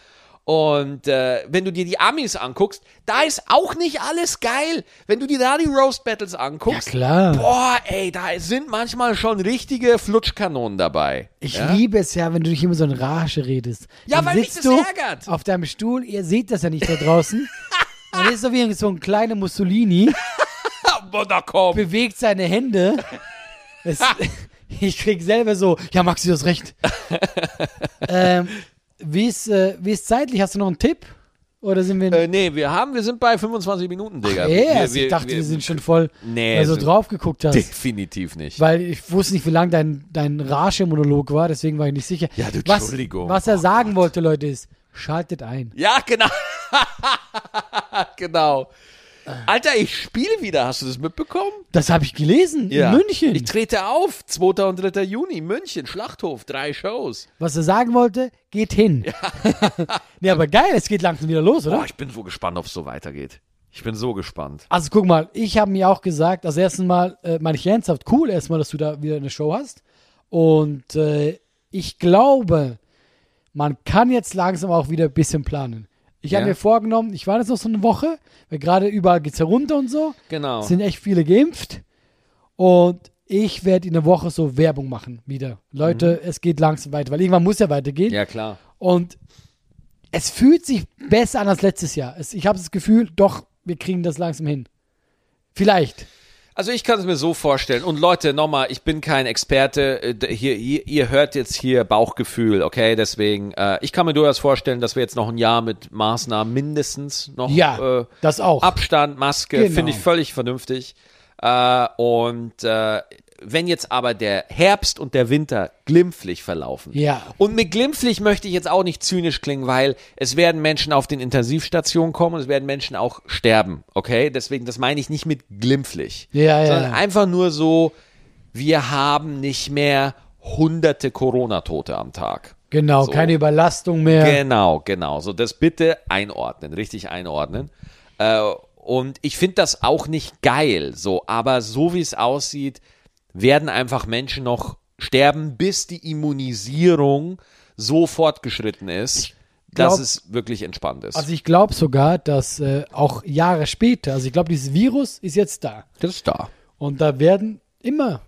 S1: Und äh, wenn du dir die Amis anguckst, da ist auch nicht alles geil. Wenn du dir da die Roast Battles anguckst,
S2: Ja, klar.
S1: boah, ey, da sind manchmal schon richtige Flutschkanonen dabei.
S2: Ich
S1: ja?
S2: liebe es ja, wenn du dich immer so in Rage redest.
S1: Ja,
S2: Dann
S1: weil mich das
S2: sitzt du
S1: ärgert.
S2: Auf deinem Stuhl, ihr seht das ja nicht
S1: (laughs)
S2: da draußen. Und ist so wie so ein kleiner Mussolini,
S1: (laughs) Aber da komm.
S2: bewegt seine Hände.
S1: (laughs)
S2: Es, ich krieg selber so, ja, Maxi, du hast recht. ähm, wie, ist, äh, wie ist zeitlich? Hast du noch einen Tipp? Oder sind wir.
S1: Äh, nee, wir haben, wir sind bei 25 Minuten, Digga.
S2: yes, ich dachte, Also, wir, sind schon also voll,
S1: Nee,
S2: weil du so
S1: sind-
S2: drauf geguckt hast.
S1: definitiv nicht.
S2: Weil ich wusste nicht, wie lang dein, dein Rage-Monolog war, deswegen war ich nicht sicher.
S1: Ja, du,
S2: was,
S1: Entschuldigung.
S2: Was er
S1: Oh
S2: sagen wollte, Leute, ist, schaltet ein.
S1: Ja, genau. (laughs) genau. Alter, ich spiele wieder. Hast du das mitbekommen?
S2: Das habe ich gelesen in München.
S1: Ich trete auf. 2. und 3. Juni, München, Schlachthof, drei Shows.
S2: was er sagen wollte, geht hin. (laughs) nee, aber geil, es geht langsam wieder los, oder?
S1: Boah, ich bin so gespannt, ob es so weitergeht. Ich bin so gespannt.
S2: Also guck mal, ich habe mir auch gesagt, also erstens mal, äh, meine ich ernsthaft, cool erstmal, dass du da wieder eine Show hast. Und äh, ich glaube, man kann jetzt langsam auch wieder ein bisschen planen. Ich habe
S1: Ja.
S2: mir vorgenommen, ich war jetzt noch so eine Woche, weil gerade überall geht's herunter und so.
S1: Genau.
S2: Es sind echt viele geimpft. Und ich werde in der Woche so Werbung machen wieder. Leute,
S1: Mhm.
S2: es geht langsam weiter, weil irgendwann muss ja weitergehen.
S1: Ja, klar.
S2: Und es fühlt sich besser an als letztes Jahr. Es, ich habe das Gefühl, doch, wir kriegen das langsam hin. Vielleicht.
S1: Also ich kann es mir so vorstellen. Und Leute, nochmal, ich bin kein Experte. Äh, d- Hier, ihr, ihr hört jetzt hier Bauchgefühl, okay? Deswegen, äh, ich kann mir durchaus vorstellen, dass wir jetzt noch ein Jahr mit Maßnahmen mindestens noch
S2: Ja,
S1: äh,
S2: das auch.
S1: Abstand, Maske,
S2: Genau.
S1: finde ich völlig vernünftig. Äh, und äh, wenn jetzt aber der Herbst und der Winter glimpflich verlaufen.
S2: Ja.
S1: Und mit glimpflich möchte ich jetzt auch nicht zynisch klingen, weil es werden Menschen auf den Intensivstationen kommen und es werden Menschen auch sterben, okay? Deswegen, das meine ich nicht mit glimpflich.
S2: Ja, ja,
S1: sondern
S2: ja.
S1: einfach nur so, wir haben nicht mehr hunderte Corona-Tote am Tag.
S2: Genau,
S1: So.
S2: keine Überlastung mehr.
S1: Genau, genau. So, das bitte einordnen, richtig einordnen. Äh, und ich finde das auch nicht geil, so, aber so wie es aussieht, werden einfach Menschen noch sterben, bis die Immunisierung so fortgeschritten ist,
S2: glaub-
S1: dass es wirklich entspannt ist.
S2: Also ich glaube sogar, dass äh, auch Jahre später, also ich glaube, dieses Virus ist jetzt da.
S1: das ist da.
S2: Und da werden immer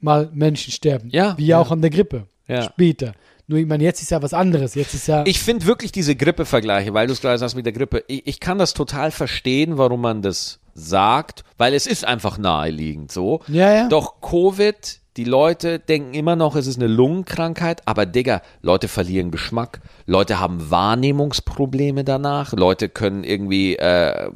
S2: mal Menschen sterben.
S1: Ja,
S2: Wie
S1: ja.
S2: auch an der Grippe.
S1: Ja.
S2: Später. Nur, ich meine, jetzt ist ja was anderes. Jetzt ist ja.
S1: Ich finde wirklich diese Grippe-Vergleiche, weil du es gerade sagst mit der Grippe, ich, ich kann das total verstehen, warum man das sagt, weil es ist einfach naheliegend so.
S2: Ja, ja.
S1: Doch Covid, die Leute denken immer noch, es ist eine Lungenkrankheit, aber Digga, Leute verlieren Geschmack, Leute haben Wahrnehmungsprobleme danach, Leute können irgendwie äh,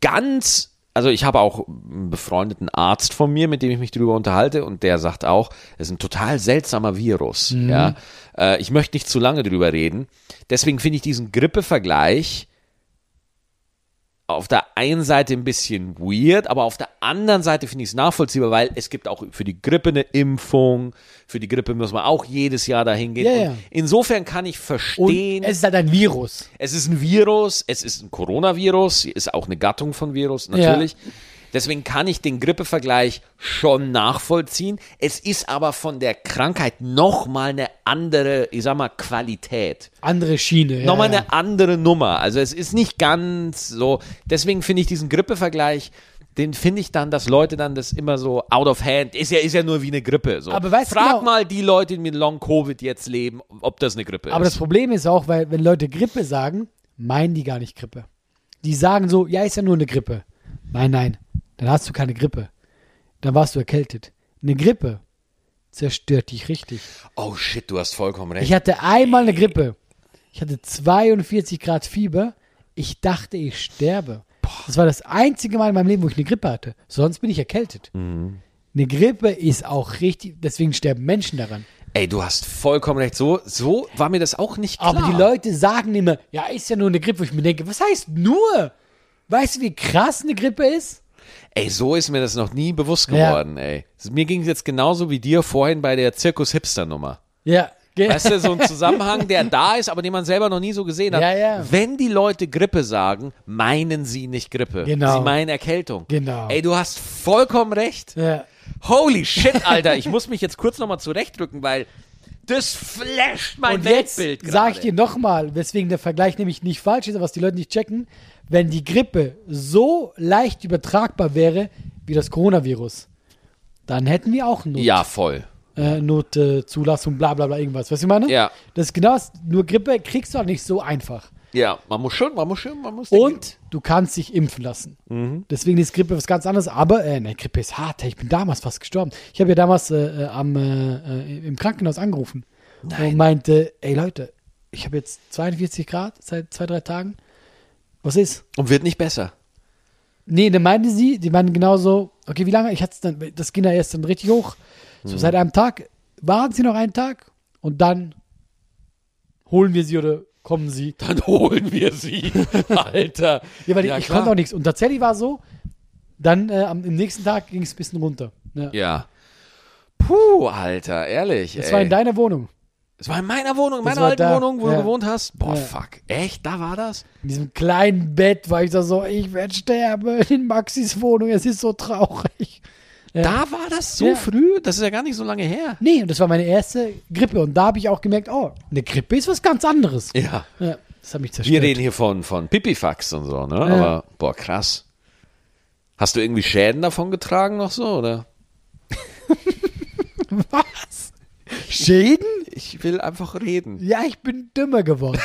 S1: ganz. Also ich habe auch einen befreundeten Arzt von mir, mit dem ich mich darüber unterhalte und der sagt auch, es ist ein total seltsamer Virus.
S2: Mhm.
S1: Ja, äh, ich möchte nicht zu lange drüber reden. Deswegen finde ich diesen Grippe-Vergleich auf der einen Seite ein bisschen weird, aber auf der anderen Seite finde ich es nachvollziehbar, weil es gibt auch für die Grippe eine Impfung. Für die Grippe muss man auch jedes Jahr dahin gehen.
S2: Ja,
S1: Und
S2: ja.
S1: Insofern kann ich
S2: und
S1: verstehen.
S2: es ist halt ein Virus.
S1: Es ist ein Virus, es ist ein Coronavirus, ist auch eine Gattung von Virus, natürlich. Deswegen kann ich den Grippevergleich schon nachvollziehen. Es ist aber von der Krankheit nochmal eine andere, ich sag mal, Qualität.
S2: Andere Schiene. Ja,
S1: nochmal
S2: ja.
S1: eine andere Nummer. Also es ist nicht ganz so. Deswegen finde ich diesen Grippevergleich, den finde ich dann, dass Leute dann das immer so out of hand, ist ja, ist ja nur wie eine Grippe. So.
S2: Aber weißt du
S1: Frag
S2: genau-
S1: mal die Leute, die mit Long-Covid jetzt leben, ob das eine Grippe
S2: Aber
S1: ist.
S2: das Problem ist auch, weil wenn Leute Grippe sagen, meinen die gar nicht Grippe. Die sagen so, ja, ist ja nur eine Grippe. Nein, nein, dann hast du keine Grippe. Dann warst du erkältet. Eine Grippe zerstört dich richtig.
S1: oh shit, du hast vollkommen recht.
S2: Ich hatte einmal eine Grippe. Ich hatte 42 Grad Fieber. Ich dachte, ich sterbe. Das war das einzige Mal in meinem Leben, wo ich eine Grippe hatte. Sonst bin ich erkältet. Eine Grippe ist auch richtig, deswegen sterben Menschen daran.
S1: Ey, du hast vollkommen recht. So, so war mir das auch nicht klar.
S2: Aber die Leute sagen immer, ja, ist ja nur eine Grippe. Wo ich mir denke, was heißt nur? Weißt du, wie krass eine Grippe ist?
S1: Ey, so ist mir das noch nie bewusst geworden, ey. Mir ging es jetzt genauso wie dir vorhin bei der Zirkus-Hipster-Nummer.
S2: Ja. ge-
S1: Weißt du, so ein Zusammenhang, der da ist, aber den man selber noch nie so gesehen hat.
S2: Ja, ja.
S1: Wenn die Leute Grippe sagen, meinen sie nicht Grippe.
S2: Genau.
S1: Sie meinen Erkältung.
S2: Genau.
S1: Ey, du hast vollkommen recht.
S2: (laughs) ja.
S1: Holy shit, Alter. Ich muss mich jetzt kurz nochmal zurechtrücken, weil das flasht mein
S2: Und jetzt
S1: Weltbild
S2: sage ich
S1: gerade.
S2: dir nochmal, weswegen der Vergleich nämlich nicht falsch ist, aber was die Leute nicht checken, wenn die Grippe so leicht übertragbar wäre wie das Coronavirus, dann hätten wir auch Not,
S1: Ja, voll.
S2: äh, Notzulassung, bla bla bla, irgendwas. Weißt du, was ich meine?
S1: Ja.
S2: Das ist genau das, nur Grippe kriegst du auch nicht so einfach.
S1: Ja, man muss schon, man muss schon, man muss.
S2: Und du kannst dich impfen lassen. Deswegen ist Grippe was ganz anderes. Aber, äh, ne, Grippe ist hart. ey. Ich bin damals fast gestorben. Ich habe ja damals äh, äh, am, äh, äh, im Krankenhaus angerufen und meinte, ey Leute, ich habe jetzt 42 Grad seit zwei, drei Tagen. Was ist?
S1: und wird nicht besser.
S2: Nee, dann meinten sie, die meinten genauso, okay, wie lange? Ich hatte dann, das ging ja erst dann richtig hoch. So seit einem Tag. Warten sie noch einen Tag und dann holen wir sie oder kommen sie.
S1: Dann (laughs) holen wir sie, Alter.
S2: Ja, weil ich
S1: klar.
S2: konnte auch nichts. Und tatsächlich war so, dann äh, am im nächsten Tag ging es ein bisschen runter. ne? Ja.
S1: Ja. Puh, Alter, ehrlich.
S2: das
S1: ey.
S2: war in deiner Wohnung,
S1: Das war in meiner Wohnung, in
S2: Das
S1: meiner
S2: war
S1: alten
S2: da,
S1: Wohnung, wo
S2: ja.
S1: du gewohnt hast. Boah,
S2: Ja.
S1: fuck. Echt? Da war das?
S2: in diesem kleinen Bett, war ich da so, ich werde sterben (laughs) in Maxis Wohnung, es ist so traurig. Ja.
S1: Da war das so
S2: Ja.
S1: früh? Das ist ja gar nicht so lange her.
S2: Nee, und das war meine erste Grippe und da habe ich auch gemerkt, oh, eine Grippe ist was ganz anderes.
S1: Ja.
S2: Ja, das hat mich zerstört.
S1: Wir reden hier von, von Pipifax und so, ne? Aber, boah, krass. Hast du irgendwie Schäden davon getragen noch so, oder?
S2: (laughs) Was? Schäden?
S1: Ich will einfach reden.
S2: Ja, ich bin
S1: (laughs)
S2: dümmer geworden.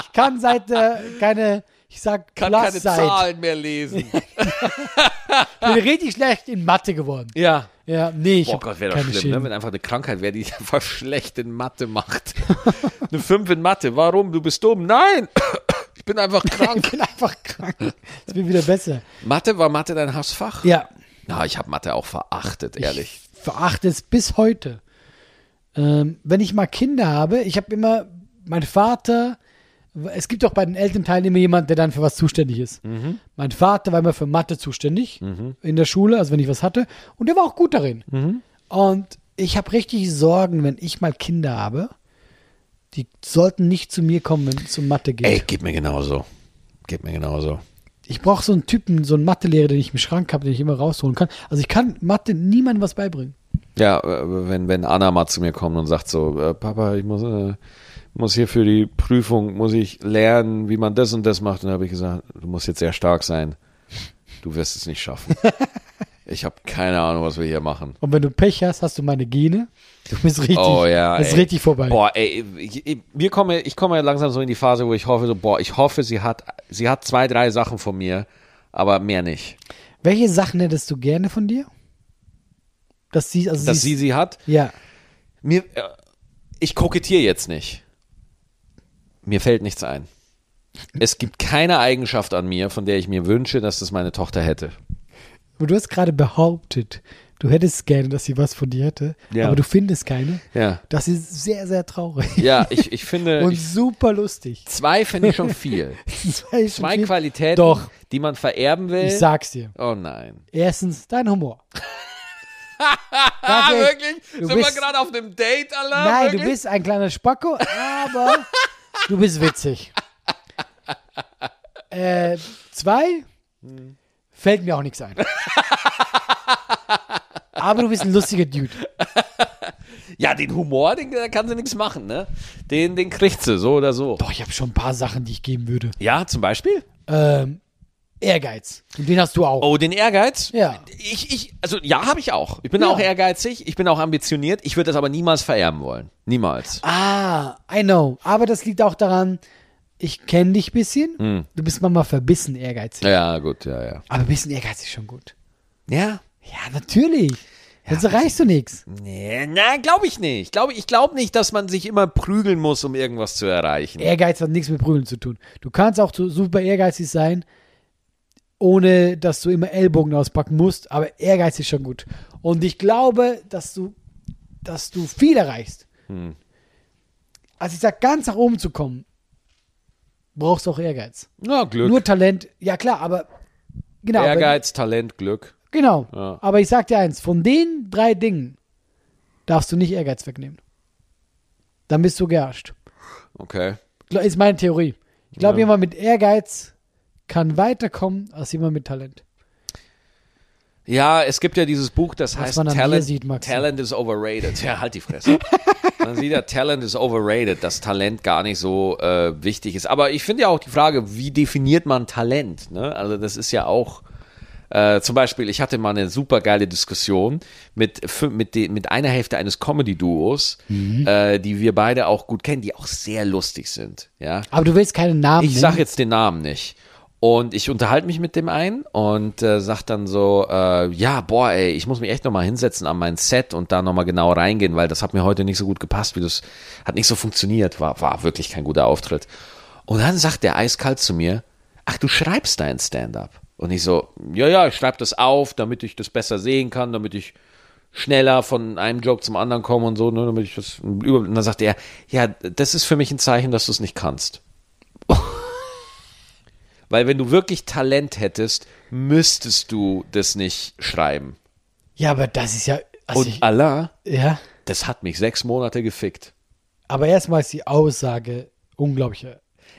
S2: ich kann seit äh, keine, ich sag
S1: Kann
S2: Class
S1: keine
S2: seit.
S1: Zahlen mehr lesen.
S2: bin richtig schlecht in Mathe geworden.
S1: ja.
S2: (laughs) Ja, nee, ich
S1: Boah
S2: hab
S1: Oh Gott, wäre doch
S2: keine
S1: schlimm,
S2: Schäden.
S1: ne? wenn einfach eine Krankheit wäre, die (laughs) dich einfach schlecht in Mathe macht. eine 5 in Mathe. Warum? Du bist dumm. Nein! (coughs) ich bin einfach krank.
S2: (laughs) Ich bin einfach krank. Jetzt bin ich wieder besser.
S1: Mathe, war Mathe dein Hassfach?
S2: Ja,
S1: Na, ich habe Mathe auch verachtet, ehrlich.
S2: ich verachte es bis heute. Ähm, wenn ich mal Kinder habe, ich habe immer, mein Vater, es gibt auch bei den Elternteilen immer jemanden, der dann für was zuständig ist.
S1: Mhm.
S2: Mein Vater war immer für Mathe zuständig in der Schule, also wenn ich was hatte. Und der war auch gut darin.
S1: Mhm.
S2: Und ich habe richtig Sorgen, wenn ich mal Kinder habe, die sollten nicht zu mir kommen, wenn es um Mathe geht.
S1: Ey, gib mir genauso. Gib mir genauso.
S2: Ich brauche so einen Typen, so einen Mathelehrer, den ich im Schrank habe, den ich immer rausholen kann. Also ich kann Mathe niemandem was beibringen.
S1: Ja, äh, wenn, wenn Anna mal zu mir kommt und sagt so, äh, Papa, ich muss, äh, muss hier für die Prüfung, muss ich lernen, wie man das und das macht. Und da habe ich gesagt, du musst jetzt sehr stark sein. Du wirst es nicht
S2: (laughs)
S1: schaffen. Ich habe keine Ahnung, was wir hier machen.
S2: Und wenn du Pech hast, hast du meine Gene. Du bist richtig,
S1: Oh ja.
S2: das ist
S1: ey.
S2: richtig vorbei.
S1: Boah, ey, ich, ich, wir komme, ich komme ja langsam so in die Phase, wo ich hoffe, so, boah, ich hoffe, sie hat, sie hat zwei, drei Sachen von mir, aber mehr nicht.
S2: Welche Sachen hättest du gerne von dir? Dass sie, also
S1: Dass sie sie hat.
S2: ja,
S1: Mir, äh, ich kokettiere jetzt nicht. Mir fällt nichts ein. Es gibt keine Eigenschaft an mir, von der ich mir wünsche, dass das meine Tochter hätte.
S2: aber du hast gerade behauptet, du hättest gerne, dass sie was von dir hätte,
S1: Ja.
S2: aber du findest keine.
S1: Ja.
S2: Das ist sehr, sehr traurig
S1: Ja, ich, ich finde,
S2: (laughs) und
S1: ich,
S2: super lustig.
S1: zwei finde ich schon viel.
S2: (laughs) Zwei, (laughs)
S1: Zwei Qualitäten,
S2: Doch.
S1: die man vererben will.
S2: Ich sag's dir.
S1: oh nein.
S2: Erstens,
S1: (laughs)
S2: dein Humor.
S1: Ah,
S2: Sag ich,
S1: wirklich?
S2: du
S1: Sind wir
S2: bist-
S1: gerade auf dem Date, Alter?
S2: Nein,
S1: wirklich?
S2: du bist ein kleiner Spacko, aber du
S1: (laughs)
S2: bist witzig. Äh, zwei, fällt mir auch nichts ein. Aber du bist ein lustiger Dude.
S1: Ja, den Humor, den da kann sie nichts machen, ne? Den, den kriegt sie, so oder so.
S2: Boah, ich habe schon ein paar Sachen, die ich geben würde.
S1: Ja, zum Beispiel?
S2: Ähm, Ehrgeiz. Und den hast du auch.
S1: Oh, den Ehrgeiz?
S2: Ja.
S1: Ich, ich, also ja, habe ich auch. Ich bin
S2: Ja.
S1: auch ehrgeizig, ich bin auch ambitioniert. Ich würde das aber niemals vererben wollen. Niemals.
S2: Ah, I know. Aber das liegt auch daran, ich kenne dich ein bisschen.
S1: Hm.
S2: Du bist manchmal verbissen ehrgeizig.
S1: Ja, gut, ja, ja.
S2: Aber ein bisschen ehrgeizig ist schon gut.
S1: Ja?
S2: Ja, natürlich. Sonst erreichst
S1: also
S2: du nichts.
S1: Nee, na, glaube ich nicht. Glaub, ich glaube nicht, dass man sich immer prügeln muss, um irgendwas zu erreichen.
S2: Ehrgeiz hat nichts mit Prügeln zu tun. Du kannst auch so super ehrgeizig sein, ohne dass du immer Ellbogen auspacken musst, aber Ehrgeiz ist schon gut. Und ich glaube, dass du, dass du
S1: Hm.
S2: viel erreichst. Also ich sag, ganz nach oben zu kommen, brauchst du auch Ehrgeiz.
S1: Na, Glück.
S2: Nur Talent, ja klar, aber genau. aber-
S1: Ehrgeiz, Talent, Glück.
S2: Genau.
S1: Ja.
S2: Aber ich sag dir eins, von den drei Dingen darfst du nicht Ehrgeiz wegnehmen. Dann bist du gearscht.
S1: Okay.
S2: Gla- Ist meine Theorie. Ich glaube,
S1: Ja.
S2: jemand mit Ehrgeiz kann weiterkommen als jemand mit Talent.
S1: Ja, es gibt ja dieses Buch, das heißt
S2: man an mir
S1: Talent,
S2: sieht, Maxi.
S1: Talent is
S2: (laughs)
S1: overrated. Ja, halt die Fresse. Man sieht ja, Talent is overrated, dass Talent gar nicht so äh, wichtig ist. Aber ich finde ja auch die Frage, wie definiert man Talent? Ne? Also das ist ja auch äh, zum Beispiel, ich hatte mal eine super geile Diskussion mit, fün- mit, de, mit einer Hälfte eines Comedy-Duos,
S2: Mhm.
S1: äh, die wir beide auch gut kennen, die auch sehr lustig sind. Ja?
S2: Aber du willst keinen Namen
S1: Ich
S2: nennen.
S1: sage jetzt den Namen nicht. Und ich unterhalte mich mit dem einen und äh, sag dann so, äh, ja, boah, ey, ich muss mich echt nochmal hinsetzen an mein Set und da nochmal genau reingehen, weil das hat mir heute nicht so gut gepasst, wie das hat nicht so funktioniert, war, war wirklich kein guter Auftritt. Und dann sagt der eiskalt zu mir, ach, du schreibst dein Stand-up. Und ich so, ja, ja, ich schreibe das auf, damit ich das besser sehen kann, damit ich schneller von einem Joke zum anderen komme und so, ne, damit ich das über. Und dann sagt er, ja, das ist für mich ein Zeichen, dass du es nicht kannst. Weil wenn du wirklich Talent hättest, müsstest du das nicht schreiben.
S2: Ja, aber das ist ja. Also
S1: Und
S2: ich,
S1: Allah,
S2: ja.
S1: das hat mich sechs Monate gefickt.
S2: Aber erstmal ist die Aussage unglaublich.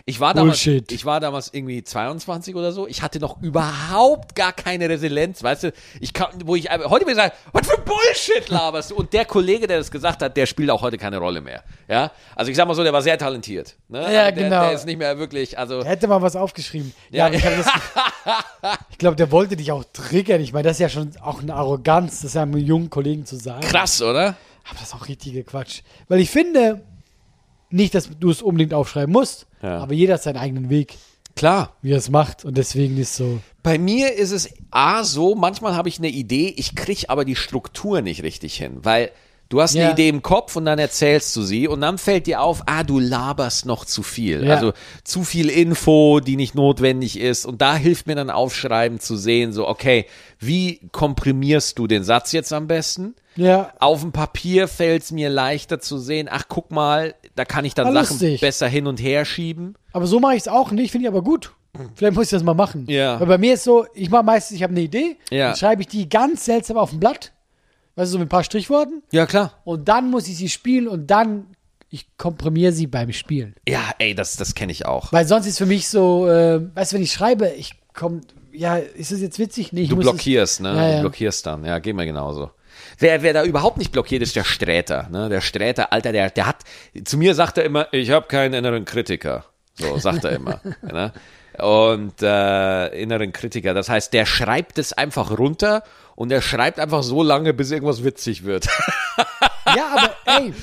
S1: Ich war, damals,
S2: Bullshit.
S1: ich war damals irgendwie 22 oder so. Ich hatte noch überhaupt gar keine Resilienz, weißt du? Ich kann, wo ich heute mir sage, was für Bullshit laberst du? Und der Kollege, der das gesagt hat, der spielt auch heute keine Rolle mehr. Ja, also ich sag mal so, der war sehr talentiert. Ne?
S2: Ja,
S1: Aber der,
S2: genau.
S1: Der ist nicht mehr wirklich, also
S2: Da hätte man was aufgeschrieben.
S1: Ja.
S2: Ja, aber ich, hab das- ich glaube, der wollte dich auch triggern. Ich meine, das ist ja schon auch eine Arroganz, das einem jungen Kollegen zu sagen.
S1: krass, oder?
S2: Aber das ist auch richtiger Quatsch. Weil ich finde, nicht, dass du es unbedingt aufschreiben musst,
S1: Ja.
S2: aber jeder hat seinen eigenen Weg,
S1: Klar.
S2: wie er es macht. Und deswegen ist so.
S1: Bei mir ist es A so, manchmal habe ich eine Idee, ich kriege aber die Struktur nicht richtig hin, weil du hast
S2: Ja.
S1: eine Idee im Kopf und dann erzählst du sie und dann fällt dir auf, ah, du laberst noch zu viel.
S2: Ja.
S1: Also zu viel Info, die nicht notwendig ist und da hilft mir dann aufschreiben zu sehen, so okay, wie komprimierst du den Satz jetzt am besten?
S2: Ja,
S1: Auf dem Papier fällt es mir leichter zu sehen, ach guck mal, da kann ich dann
S2: Ah,
S1: Sachen
S2: lustig.
S1: besser hin und her schieben.
S2: aber so mache ich es auch nicht, finde ich aber gut. Vielleicht muss ich das mal machen.
S1: Ja.
S2: Weil bei mir ist so, ich mache meistens, ich habe eine Idee,
S1: Ja.
S2: dann schreibe ich die ganz seltsam auf ein Blatt, weißt du, so mit ein paar Strichworten,
S1: Ja, klar.
S2: und dann muss ich sie spielen und dann, ich komprimiere sie beim Spielen.
S1: Ja, ey, das, das kenne ich auch.
S2: Weil sonst ist für mich so, äh, weißt du, wenn ich schreibe, ich komme, ja, ist es jetzt witzig? Nee, ich
S1: Du
S2: muss es-
S1: blockierst, ne?
S2: Ja, ja.
S1: Du blockierst dann. Ja, geht mir genauso. Wer, wer da überhaupt nicht blockiert, ist der Sträter. Ne? Der Sträter, Alter, der, der hat. Zu mir sagt er immer, ich habe keinen inneren Kritiker. So sagt er
S2: (laughs)
S1: immer. ne? Und äh, inneren Kritiker. Das heißt, der schreibt es einfach runter und er schreibt einfach so lange, bis irgendwas witzig wird. (laughs)
S2: Ja, aber ey,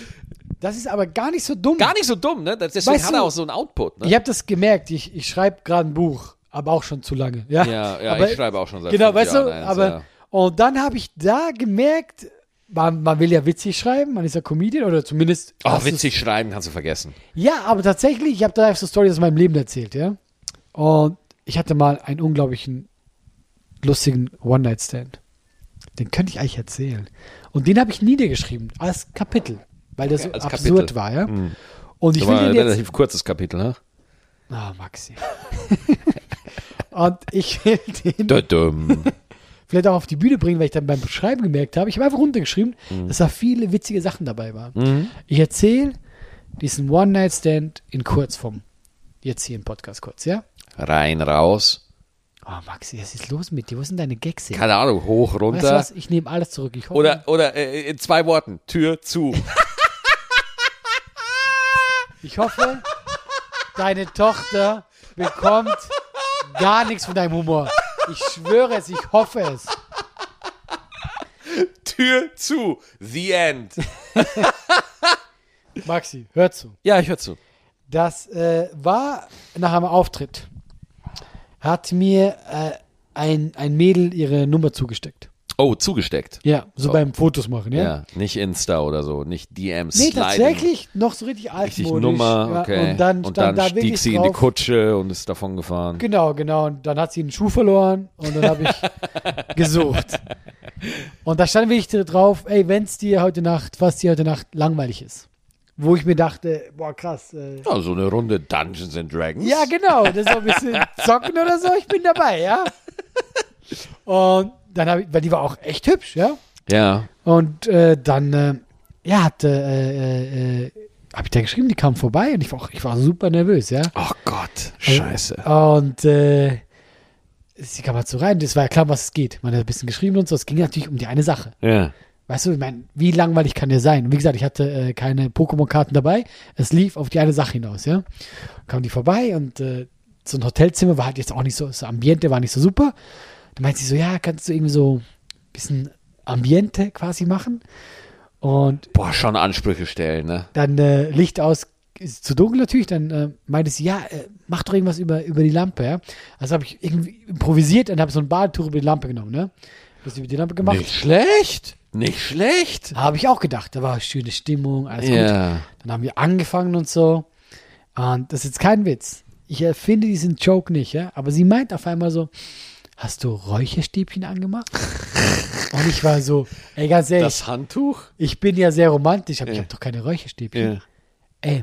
S2: das ist aber gar nicht so dumm.
S1: Gar nicht so dumm, ne? Das- Deswegen
S2: Weißt
S1: hat er
S2: du-
S1: auch so einen Output. Ne?
S2: Ich habe das gemerkt, ich, ich schreibe gerade ein Buch, aber auch schon zu lange. Ja,
S1: Ja, ja, ich schreibe auch schon seit
S2: Genau,
S1: fünf
S2: weißt
S1: Jahren
S2: du,
S1: eins,
S2: aber
S1: ja.
S2: und dann habe ich da gemerkt, man, man will ja witzig schreiben, man ist ja Comedian oder zumindest
S1: Oh,
S2: das ist-
S1: witzig schreiben kannst du vergessen.
S2: Ja, aber tatsächlich, ich habe da so Story aus meinem Leben erzählt, ja. Und ich hatte mal einen unglaublichen, lustigen One-Night-Stand. Den könnte ich eigentlich erzählen. Und den habe ich niedergeschrieben, als Kapitel, weil der so
S1: als
S2: absurd
S1: Kapitel.
S2: war, ja. Und ich
S1: Das
S2: will
S1: war ein
S2: den jetzt.
S1: relativ kurzes Kapitel, ne?
S2: Ah, Maxi. (laughs) Und ich will den (laughs)
S1: Dödüm.
S2: vielleicht auch auf die Bühne bringen, weil ich dann beim Schreiben gemerkt habe, ich habe einfach runtergeschrieben, dass da viele witzige Sachen dabei waren. Ich erzähle diesen One-Night-Stand in Kurzform. Jetzt hier im Podcast kurz, ja?
S1: Rein, raus.
S2: Oh, Maxi, was ist los mit dir? Wo sind deine Gags hin?
S1: Keine Ahnung, hoch,
S2: Weißt
S1: runter.
S2: du was? Ich nehme alles zurück. Ich hoffe,
S1: Oder, oder äh, in zwei Worten, Tür
S2: (laughs)
S1: zu.
S2: ich hoffe deine Tochter bekommt gar nichts von deinem Humor. Ich schwöre es, ich hoffe es.
S1: Tür zu. The end.
S2: Maxi, hör zu.
S1: Ja, ich höre zu.
S2: Das äh, war nach einem Auftritt. Hat mir äh, ein, ein Mädel ihre Nummer zugesteckt.
S1: Oh, zugesteckt.
S2: Ja, so beim Fotos machen, ja?
S1: Oh. Ja, nicht Insta oder so, nicht DM,
S2: Nee,
S1: Sliding.
S2: tatsächlich noch so richtig altmodisch.
S1: Richtig Nummer,
S2: ja,
S1: okay.
S2: Und dann,
S1: und
S2: stand
S1: dann
S2: da
S1: stieg
S2: wirklich
S1: sie
S2: drauf,
S1: in die Kutsche und ist davon gefahren.
S2: Genau, genau. Und dann hat sie einen Schuh verloren und dann habe ich
S1: (laughs)
S2: gesucht. Und da stand wirklich drauf, ey, wenn es dir heute Nacht, was dir heute Nacht langweilig ist, wo ich mir dachte, boah, krass. Äh,
S1: Ja, so eine Runde Dungeons and Dragons.
S2: ja, genau, das ist so ein bisschen zocken oder so, ich bin dabei, ja. Und dann habe ich, weil die war auch echt hübsch, ja.
S1: Ja.
S2: Und äh, dann, äh, ja, hatte, äh, äh, äh, habe ich da geschrieben, die kam vorbei und ich war, auch, ich war super nervös, ja.
S1: Oh
S2: Also,
S1: Gott, scheiße.
S2: Und äh, sie kam halt so rein, das war ja klar, um was es geht. Man hat ein bisschen geschrieben und so, es ging natürlich um die eine Sache.
S1: Ja.
S2: Weißt du, ich meine, wie langweilig kann der sein? Und wie gesagt, ich hatte äh, keine Pokémon-Karten dabei. Es lief auf die eine Sache hinaus, ja. Kam die vorbei und äh, so ein Hotelzimmer war halt jetzt auch nicht so, das Ambiente war nicht so super. Dann meinte sie so, ja, kannst du irgendwie so ein bisschen Ambiente quasi machen? Und
S1: Boah, schon Ansprüche stellen, ne?
S2: dann äh, Licht aus, ist zu dunkel natürlich, dann äh, meinte sie, ja, äh, mach doch irgendwas über, über die Lampe, ja. Also habe ich irgendwie improvisiert und habe so ein Badetuch über die Lampe genommen, ne? Das über die Lampe gemacht.
S1: Nicht schlecht. Nicht schlecht.
S2: Habe ich auch gedacht, da war schöne Stimmung, alles gut.
S1: Ja.
S2: Dann haben wir angefangen und so. Und das ist jetzt kein Witz. Ich erfinde diesen Joke nicht, ja? aber sie meint auf einmal so, hast du Räucherstäbchen angemacht? und ich war so, ey, ganz ehrlich,
S1: Das Handtuch?
S2: ich bin ja sehr romantisch, aber ich
S1: Ja.
S2: habe doch keine Räucherstäbchen. Ey,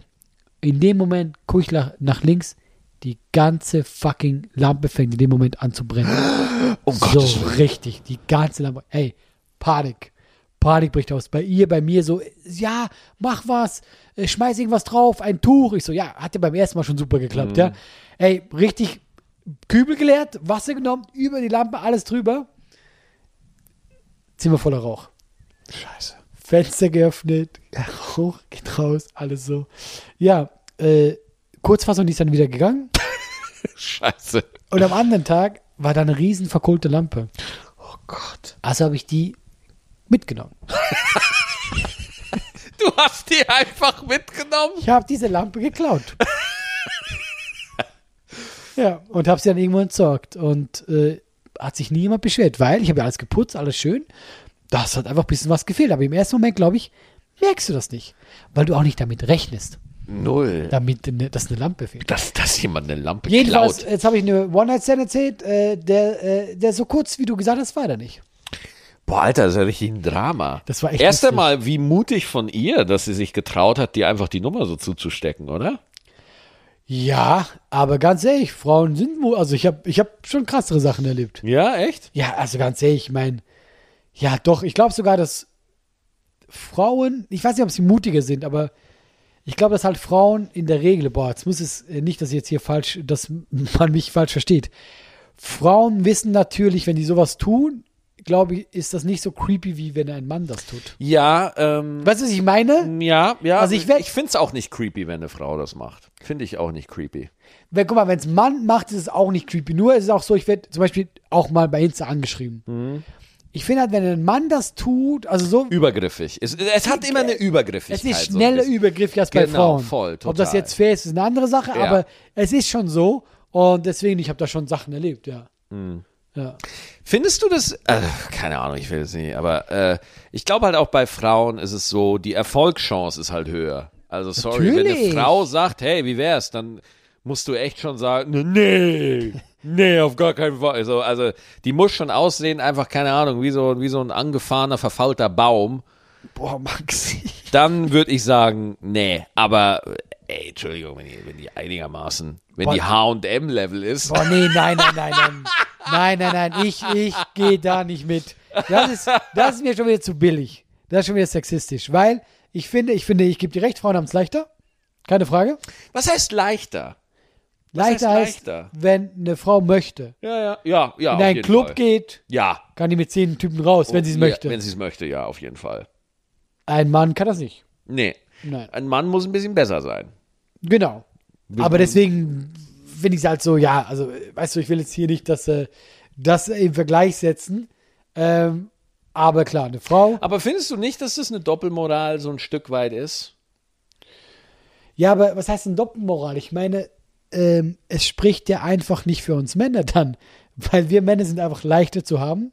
S2: in dem Moment gucke ich nach, nach links, die ganze fucking Lampe fängt in dem Moment an zu brennen.
S1: Um Gottes
S2: so richtig, die ganze Lampe. Ey, Panik. Panik bricht aus. Bei ihr, bei mir so, ja, mach was, äh, schmeiß irgendwas drauf, ein Tuch. Ich so, ja, hat ja beim ersten Mal schon super geklappt, ja. Ey, richtig Kübel geleert, Wasser genommen, über die Lampe, alles drüber. Zimmer voller Rauch.
S1: Scheiße.
S2: Fenster geöffnet, (laughs) hoch, geht raus, alles so. Ja, äh, Kurzfassung, die ist dann wieder gegangen.
S1: Scheiße.
S2: Und am anderen Tag war da eine riesen verkohlte Lampe.
S1: Oh Gott.
S2: Also habe ich die mitgenommen.
S1: Du hast die einfach mitgenommen?
S2: Ich habe diese Lampe geklaut. ja, und habe sie dann irgendwo entsorgt. Und äh, hat sich nie jemand beschwert, weil ich habe ja alles geputzt, alles schön. Das hat einfach ein bisschen was gefehlt. Aber im ersten Moment, glaube ich, merkst du das nicht. Weil du auch nicht damit rechnest,
S1: Null.
S2: damit, ne- dass eine Lampe fehlt.
S1: Dass, dass jemand eine Lampe
S2: Jedenfalls,
S1: klaut.
S2: jetzt habe ich eine One-Night-Stand erzählt, äh, der, äh, der so kurz, wie du gesagt hast, war der nicht.
S1: Boah, Alter, das ist ja richtig ein Drama.
S2: Das war echt
S1: Erst
S2: lustig.
S1: einmal, wie mutig von ihr, dass sie sich getraut hat, dir einfach die Nummer so zuzustecken, oder?
S2: Ja, aber ganz ehrlich, Frauen sind wohl, also ich habe ich hab schon krassere Sachen erlebt.
S1: Ja, echt?
S2: Ja, also ganz ehrlich, ich meine, ja doch, ich glaube sogar, dass Frauen, ich weiß nicht, ob sie mutiger sind, aber ich glaube, dass halt Frauen in der Regel, boah, jetzt muss es äh, nicht, dass ich jetzt hier falsch, dass man mich falsch versteht. Frauen wissen natürlich, wenn die sowas tun, glaube ich, ist das nicht so creepy, wie wenn ein Mann das tut.
S1: Ja, ähm.
S2: Weißt du, was ich meine?
S1: Ja, ja.
S2: Also ich werd-
S1: ich finde es auch nicht creepy, wenn eine Frau das macht. Finde ich auch nicht creepy.
S2: Weil, guck mal, wenn es Mann macht, ist es auch nicht creepy. Nur ist es auch so, ich werde zum Beispiel auch mal bei Insta angeschrieben.
S1: Mhm.
S2: Ich finde halt, wenn ein Mann das tut, also so,
S1: Übergriffig. Es, es hat immer eine
S2: es
S1: Übergriffigkeit.
S2: ist
S1: so ein
S2: schneller
S1: bisschen.
S2: übergriffig als bei
S1: Genau,
S2: Frauen.
S1: voll,
S2: Ob das
S1: total.
S2: jetzt fair ist, ist eine andere Sache,
S1: Ja.
S2: aber es ist schon so. Und deswegen, ich habe da schon Sachen erlebt, ja.
S1: Mhm.
S2: ja.
S1: Findest du das, äh, keine Ahnung, ich will es nicht, aber äh, ich glaube halt auch bei Frauen ist es so, die Erfolgschance ist halt höher. Also sorry, wenn eine
S2: Natürlich.
S1: Frau sagt, hey, wie wär's, dann musst du echt schon sagen, nee, nee, auf gar keinen Fall. Also, also die muss schon aussehen, einfach, keine Ahnung, wie so, wie so ein angefahrener, verfaulter Baum.
S2: Boah, Maxi.
S1: Dann würde ich sagen, nee, aber äh, ey, Entschuldigung, wenn die, wenn die einigermaßen, wenn die H&M-Level ist.
S2: Boah, nee, nein, nein, nein, nein. Nein, nein, nein, ich, ich gehe da nicht mit. Das ist, das ist mir schon wieder zu billig. Das ist schon wieder sexistisch, weil ich finde, ich finde, ich gebe dir recht, Frauen haben es leichter. Keine Frage.
S1: Was heißt leichter? heißt
S2: Leichter heißt,
S1: leichter?
S2: wenn eine Frau möchte,
S1: Ja, ja, ja, ja.
S2: in
S1: auf
S2: einen
S1: jeden
S2: Club
S1: Fall.
S2: geht,
S1: Ja,
S2: kann die mit zehn Typen raus, wenn sie es
S1: ja,
S2: möchte.
S1: Wenn sie es möchte, ja, auf jeden Fall.
S2: Ein Mann kann das nicht.
S1: Nee.
S2: Nein.
S1: Ein Mann muss ein bisschen besser sein.
S2: Genau. Aber deswegen finde ich es halt so, ja, also, äh, weißt du, ich will jetzt hier nicht das, äh, das im Vergleich setzen. Ähm, aber klar, eine Frau.
S1: Aber findest du nicht, dass das eine Doppelmoral so ein Stück weit ist?
S2: Ja, aber was heißt denn Doppelmoral? Ich meine, ähm, es spricht ja einfach nicht für uns Männer dann, (laughs) weil wir Männer sind einfach leichter zu haben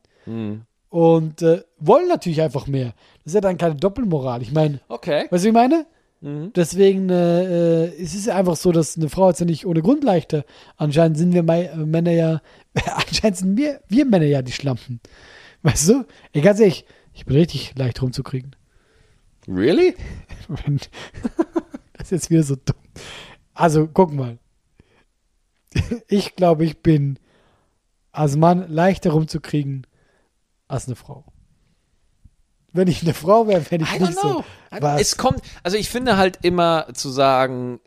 S2: und äh, wollen natürlich einfach mehr. Das ist ja dann keine Doppelmoral. Ich meine,
S1: Okay.
S2: weißt du, wie ich meine? Deswegen äh, äh, es ist ja einfach so, dass eine Frau jetzt ja nicht ohne Grund leichter. Anscheinend sind wir Mei- äh, Männer ja, (laughs) anscheinend sind wir, wir Männer ja die Schlampen. Weißt du? Ey, ganz ehrlich, ich bin richtig leicht rumzukriegen.
S1: Really?
S2: Moment. (laughs) Das ist jetzt wieder so dumm. Also, guck mal. Ich glaube, ich bin als Mann leichter rumzukriegen als eine Frau. Wenn ich eine Frau wäre, wäre
S1: I
S2: ich
S1: don't
S2: nicht
S1: know.
S2: so. Was?
S1: Es kommt, also ich finde halt immer zu sagen,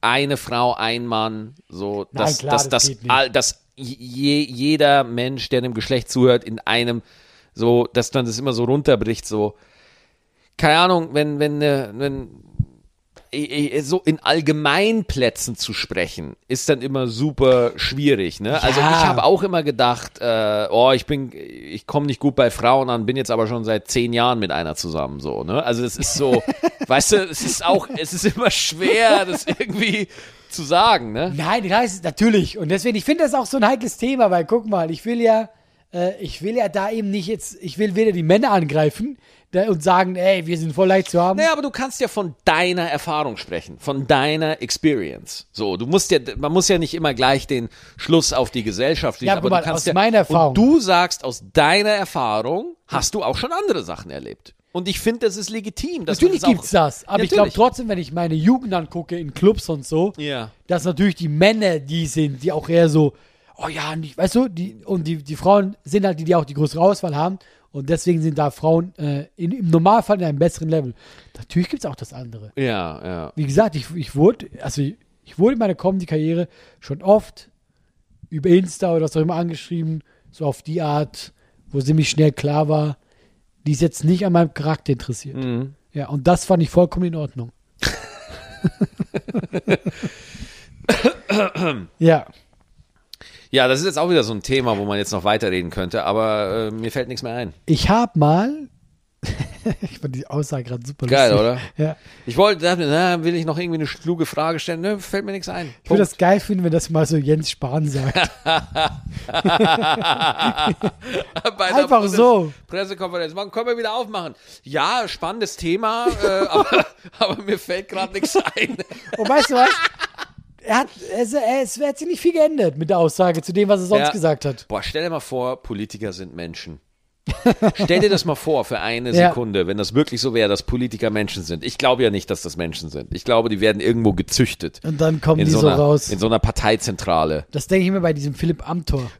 S1: eine Frau, ein Mann, so,
S2: Nein,
S1: dass,
S2: klar,
S1: dass,
S2: das
S1: dass,
S2: geht nicht.
S1: all, dass je, jeder Mensch, der dem Geschlecht zuhört, in einem, so, dass dann das immer so runterbricht, so, keine Ahnung, wenn, wenn, äh, wenn, äh, äh, so in Allgemeinplätzen zu sprechen, ist dann immer super schwierig. Ne? Also ich
S2: Ja.
S1: habe auch immer gedacht, äh, oh, ich bin, ich komme nicht gut bei Frauen an, bin jetzt aber schon seit zehn Jahren mit einer zusammen so. Ne? Also es ist
S2: (laughs)
S1: so, weißt du, es ist auch, es ist immer schwer, das irgendwie zu sagen. Ne?
S2: Nein, das heißt natürlich. Und deswegen, ich finde das auch so ein heikles Thema, weil guck mal, ich will ja, äh, ich will ja da eben nicht jetzt, ich will weder die Männer angreifen da, und sagen, ey, wir sind voll leicht zu haben.
S1: Naja, aber du kannst ja von deiner Erfahrung sprechen, von deiner Experience. So, du musst ja, man muss ja nicht immer gleich den Schluss auf die Gesellschaft legen,
S2: Ja,
S1: aber
S2: guck mal,
S1: du kannst
S2: aus
S1: ja,
S2: meiner Erfahrung.
S1: Und du sagst, aus deiner Erfahrung hast du auch schon andere Sachen erlebt. Und ich finde, das ist legitim. Dass man
S2: natürlich
S1: das auch-
S2: gibt's das. Aber ich glaube
S1: Natürlich.
S2: trotzdem, wenn ich meine Jugend angucke in Clubs und so,
S1: Ja.
S2: dass natürlich die Männer die sind, die auch eher so, oh ja, nicht, weißt du, die, und die, die Frauen sind halt die, die auch die größere Auswahl haben. Und deswegen sind da Frauen äh, in, im Normalfall in einem besseren Level. Natürlich gibt's auch das andere.
S1: Ja, ja.
S2: wie gesagt, ich, ich wurde, also ich, ich wurde in meiner Comedy-Karriere schon oft über Insta oder was auch immer angeschrieben, so auf die Art, wo ziemlich schnell klar war, die ist jetzt nicht an meinem Charakter interessiert.
S1: Mhm.
S2: Ja, und das fand ich vollkommen in
S1: (laughs)
S2: Ordnung. ja,
S1: Ja, das ist jetzt auch wieder so ein Thema, wo man jetzt noch weiterreden könnte, aber äh, mir fällt nichts mehr ein.
S2: ich habe mal, (laughs) ich fand die Aussage gerade super
S1: Geil,
S2: lustig.
S1: oder?
S2: Ja.
S1: Ich wollte, dachte, mir, na, will ich noch irgendwie eine kluge Frage stellen? Nö, fällt mir nichts ein.
S2: Ich würde
S1: Punkt.
S2: das geil finden, wenn das mal so Jens Spahn sagt.
S1: (laughs) Bei einer
S2: Einfach
S1: Presse-
S2: so.
S1: Pressekonferenz machen, können wir wieder aufmachen. Ja, spannendes Thema, äh, (laughs) aber, aber mir fällt gerade nichts
S2: (laughs)
S1: ein.
S2: Und
S1: (laughs)
S2: weißt du was? Er hat, es, es hat sich nicht viel geändert mit der Aussage zu dem, was er sonst
S1: Ja.
S2: gesagt hat.
S1: Boah, stell dir mal vor, Politiker sind Menschen. stell dir das mal vor für eine
S2: (laughs) Ja.
S1: Sekunde, wenn das wirklich so wäre, dass Politiker Menschen sind. Ich glaube ja nicht, dass das Menschen sind. Ich glaube, die werden irgendwo gezüchtet.
S2: Und dann kommen
S1: in
S2: die
S1: so,
S2: so
S1: einer,
S2: raus.
S1: in so einer Parteizentrale.
S2: Das denke ich mir bei diesem Philipp Amthor.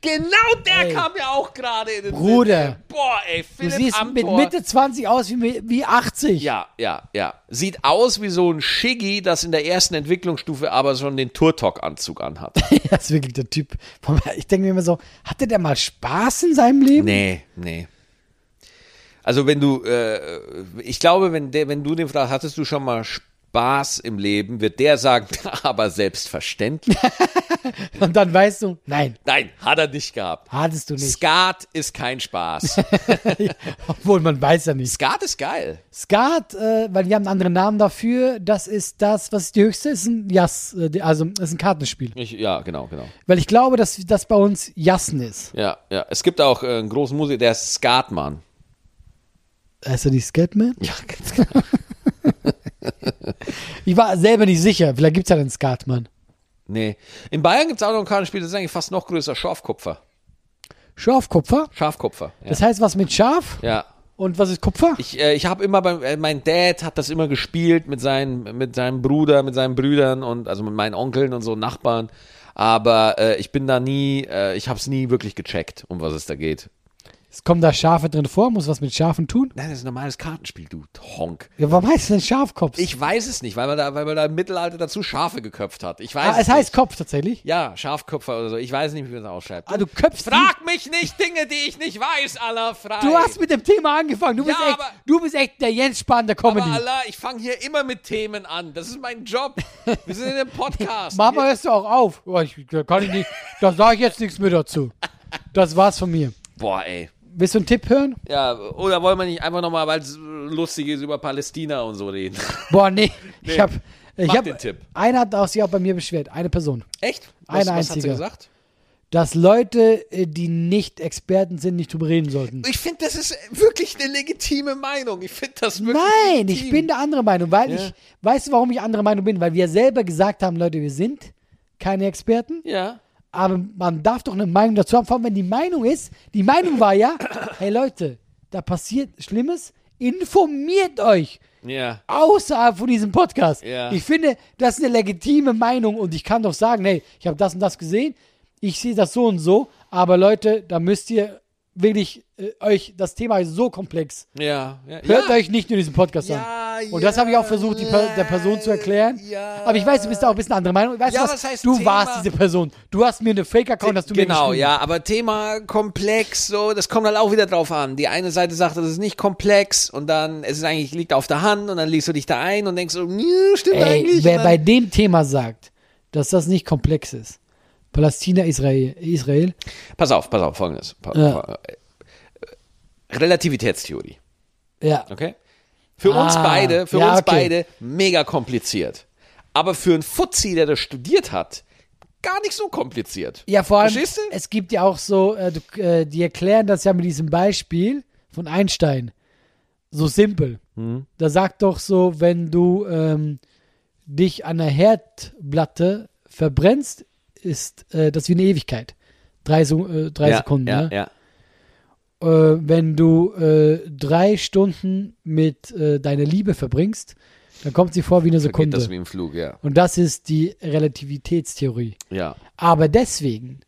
S1: Genau der
S2: Ey.
S1: kam ja auch gerade in den
S2: Bruder.
S1: Sinn. Boah, ey,
S2: Du
S1: Philipp
S2: siehst mit
S1: Amthor.
S2: Mitte 20 aus wie, wie 80.
S1: Ja, ja, ja. Sieht aus wie so ein Shiggy, das in der ersten Entwicklungsstufe aber schon den Turtok-Anzug anhat.
S2: (laughs) Das ist wirklich der Typ. Ich denke mir immer so, hatte der mal Spaß in seinem
S1: (laughs)
S2: Leben?
S1: nee, nee. Also wenn du, äh, ich glaube, wenn, der, wenn du den fragst, hattest du schon mal Spaß im Leben, wird der sagen, (laughs) aber selbstverständlich.
S2: Und dann weißt du, nein,
S1: (laughs) Nein, hat er nicht gehabt.
S2: hattest
S1: (laughs)
S2: du nicht. (laughs)
S1: Skat ist kein (laughs) Spaß.
S2: Obwohl, man weiß ja nicht.
S1: Skat ist geil.
S2: Skat, äh, weil die haben einen anderen Namen dafür, das ist das, was ist die höchste ist, ein Jass, äh, die- also das ist ein Kartenspiel.
S1: Ich, ja, genau, genau.
S2: Weil ich glaube, dass das bei uns Jassen ist.
S1: Ja, ja. Es gibt auch äh, einen großen Musiker, der ist Skatmann.
S2: Heißt er nicht Skatman?
S1: Ja, ganz genau.
S2: (laughs) Ich war selber nicht sicher. Vielleicht gibt es ja den Skatmann.
S1: Nee. In Bayern gibt es auch noch ein Kartenspiel, das ist eigentlich fast noch größer. Schafkupfer.
S2: Schafkupfer?
S1: Schafkupfer. Ja.
S2: Das heißt was mit Schaf?
S1: ja.
S2: Und was ist Kupfer?
S1: Ich, äh, ich habe immer beim, äh, mein Dad hat das immer gespielt mit, seinen, mit seinem Bruder, mit seinen Brüdern und also mit meinen Onkeln und so Nachbarn. Aber äh, ich bin da nie, äh, ich habe es nie wirklich gecheckt, um was es da geht.
S2: Es kommen da Schafe drin vor, muss was mit Schafen tun?
S1: Nein, das ist ein normales Kartenspiel, du Honk.
S2: Ja, warum heißt es denn Schafkopf?
S1: Ich weiß es nicht, weil man da, weil man da im Mittelalter dazu Schafe geköpft hat. Ich weiß
S2: ah,
S1: es,
S2: es
S1: nicht.
S2: heißt Kopf tatsächlich.
S1: Ja, Schafköpfer oder so. Ich weiß nicht, wie man das ausschreibt.
S2: Ah, du köpfst.
S1: Frag mich nicht Dinge, die ich nicht weiß, aller frei.
S2: die. Du hast mit dem Thema angefangen. Du bist,
S1: Ja,
S2: echt,
S1: aber-
S2: du bist echt der Jens Spahn der
S1: Aber
S2: Comedy.
S1: Allah, ich fange hier immer mit Themen an. Das ist mein Job. Wir sind in einem
S2: (laughs)
S1: Podcast.
S2: Mama, hörst du auch auf? Oh, ich kann ich nicht. Da sage ich jetzt nichts mehr dazu. Das war's von mir.
S1: Boah, ey.
S2: Willst du einen Tipp hören?
S1: Ja, oder wollen wir nicht einfach nochmal, weil es lustig ist, über Palästina und so reden?
S2: Boah, nee. Ich hab. Ich
S1: Mach
S2: hab,
S1: den Tipp.
S2: Einer hat auch sich auch bei mir beschwert. Eine Person.
S1: Echt?
S2: Eine
S1: Was, was hat sie
S2: einzige.
S1: gesagt?
S2: dass Leute, äh, die nicht Experten sind, nicht drüber reden sollten.
S1: Ich finde, das ist wirklich eine legitime Meinung. Ich finde das wirklich.
S2: Nein, ich
S1: legitim.
S2: bin der andere Meinung, weil
S1: Ja.
S2: ich, weißt du, warum ich andere Meinung bin? Weil wir selber gesagt haben, Leute, wir sind keine Experten,
S1: Ja.
S2: aber man darf doch eine Meinung dazu haben, vor allem wenn die Meinung ist, die Meinung war ja, hey Leute, da passiert Schlimmes, informiert euch
S1: Ja.
S2: außerhalb von diesem Podcast.
S1: Ja.
S2: Ich finde, das ist eine legitime Meinung und ich kann doch sagen, hey, ich habe das und das gesehen, ich sehe das so und so, aber Leute, da müsst ihr wirklich äh, euch, das Thema ist so komplex.
S1: Ja. ja.
S2: Hört
S1: ja.
S2: euch nicht nur diesen Podcast
S1: Ja,
S2: an. Und das habe ich auch versucht, die per der Person zu erklären.
S1: ja.
S2: Aber ich weiß, du bist da auch ein bisschen anderer Meinung. Weißt
S1: Ja,
S2: du was?
S1: was heißt
S2: du
S1: Thema?
S2: warst diese Person. Du hast mir eine Fake-Account, hast du mir
S1: genau,
S2: geschrieben.
S1: ja, aber Thema komplex, so, das kommt halt auch wieder drauf an. Die eine Seite sagt, das ist nicht komplex und dann, es ist eigentlich, liegt auf der Hand und dann liest du dich da ein und denkst so, "Nö, stimmt
S2: Ey,
S1: eigentlich.
S2: wer
S1: und
S2: bei
S1: dann,
S2: dem Thema sagt, dass das nicht komplex ist, Palästina, Israel, Israel,
S1: pass auf, pass auf, folgendes. Pa äh,
S2: Ja.
S1: Relativitätstheorie,
S2: ja,
S1: okay? Für uns
S2: Ah,
S1: beide, für
S2: ja,
S1: uns
S2: okay.
S1: beide mega kompliziert. Aber für einen Fuzzi, der das studiert hat, gar nicht so kompliziert.
S2: Ja, vor allem,
S1: Verstehst du?
S2: es gibt ja auch so, äh, du, äh, die erklären das ja mit diesem Beispiel von Einstein. So simpel.
S1: Hm.
S2: Da sagt doch so, wenn du ähm, dich an einer Herdplatte verbrennst, ist äh, das wie eine Ewigkeit. Drei, so, äh, drei
S1: ja,
S2: Sekunden.
S1: ja,
S2: ne?
S1: ja.
S2: Äh, wenn du äh, drei Stunden mit äh, deiner Liebe verbringst, dann kommt sie vor wie eine
S1: Geht
S2: Sekunde.
S1: das wie im Flug, ja.
S2: Und das ist die Relativitätstheorie.
S1: Ja.
S2: Aber deswegen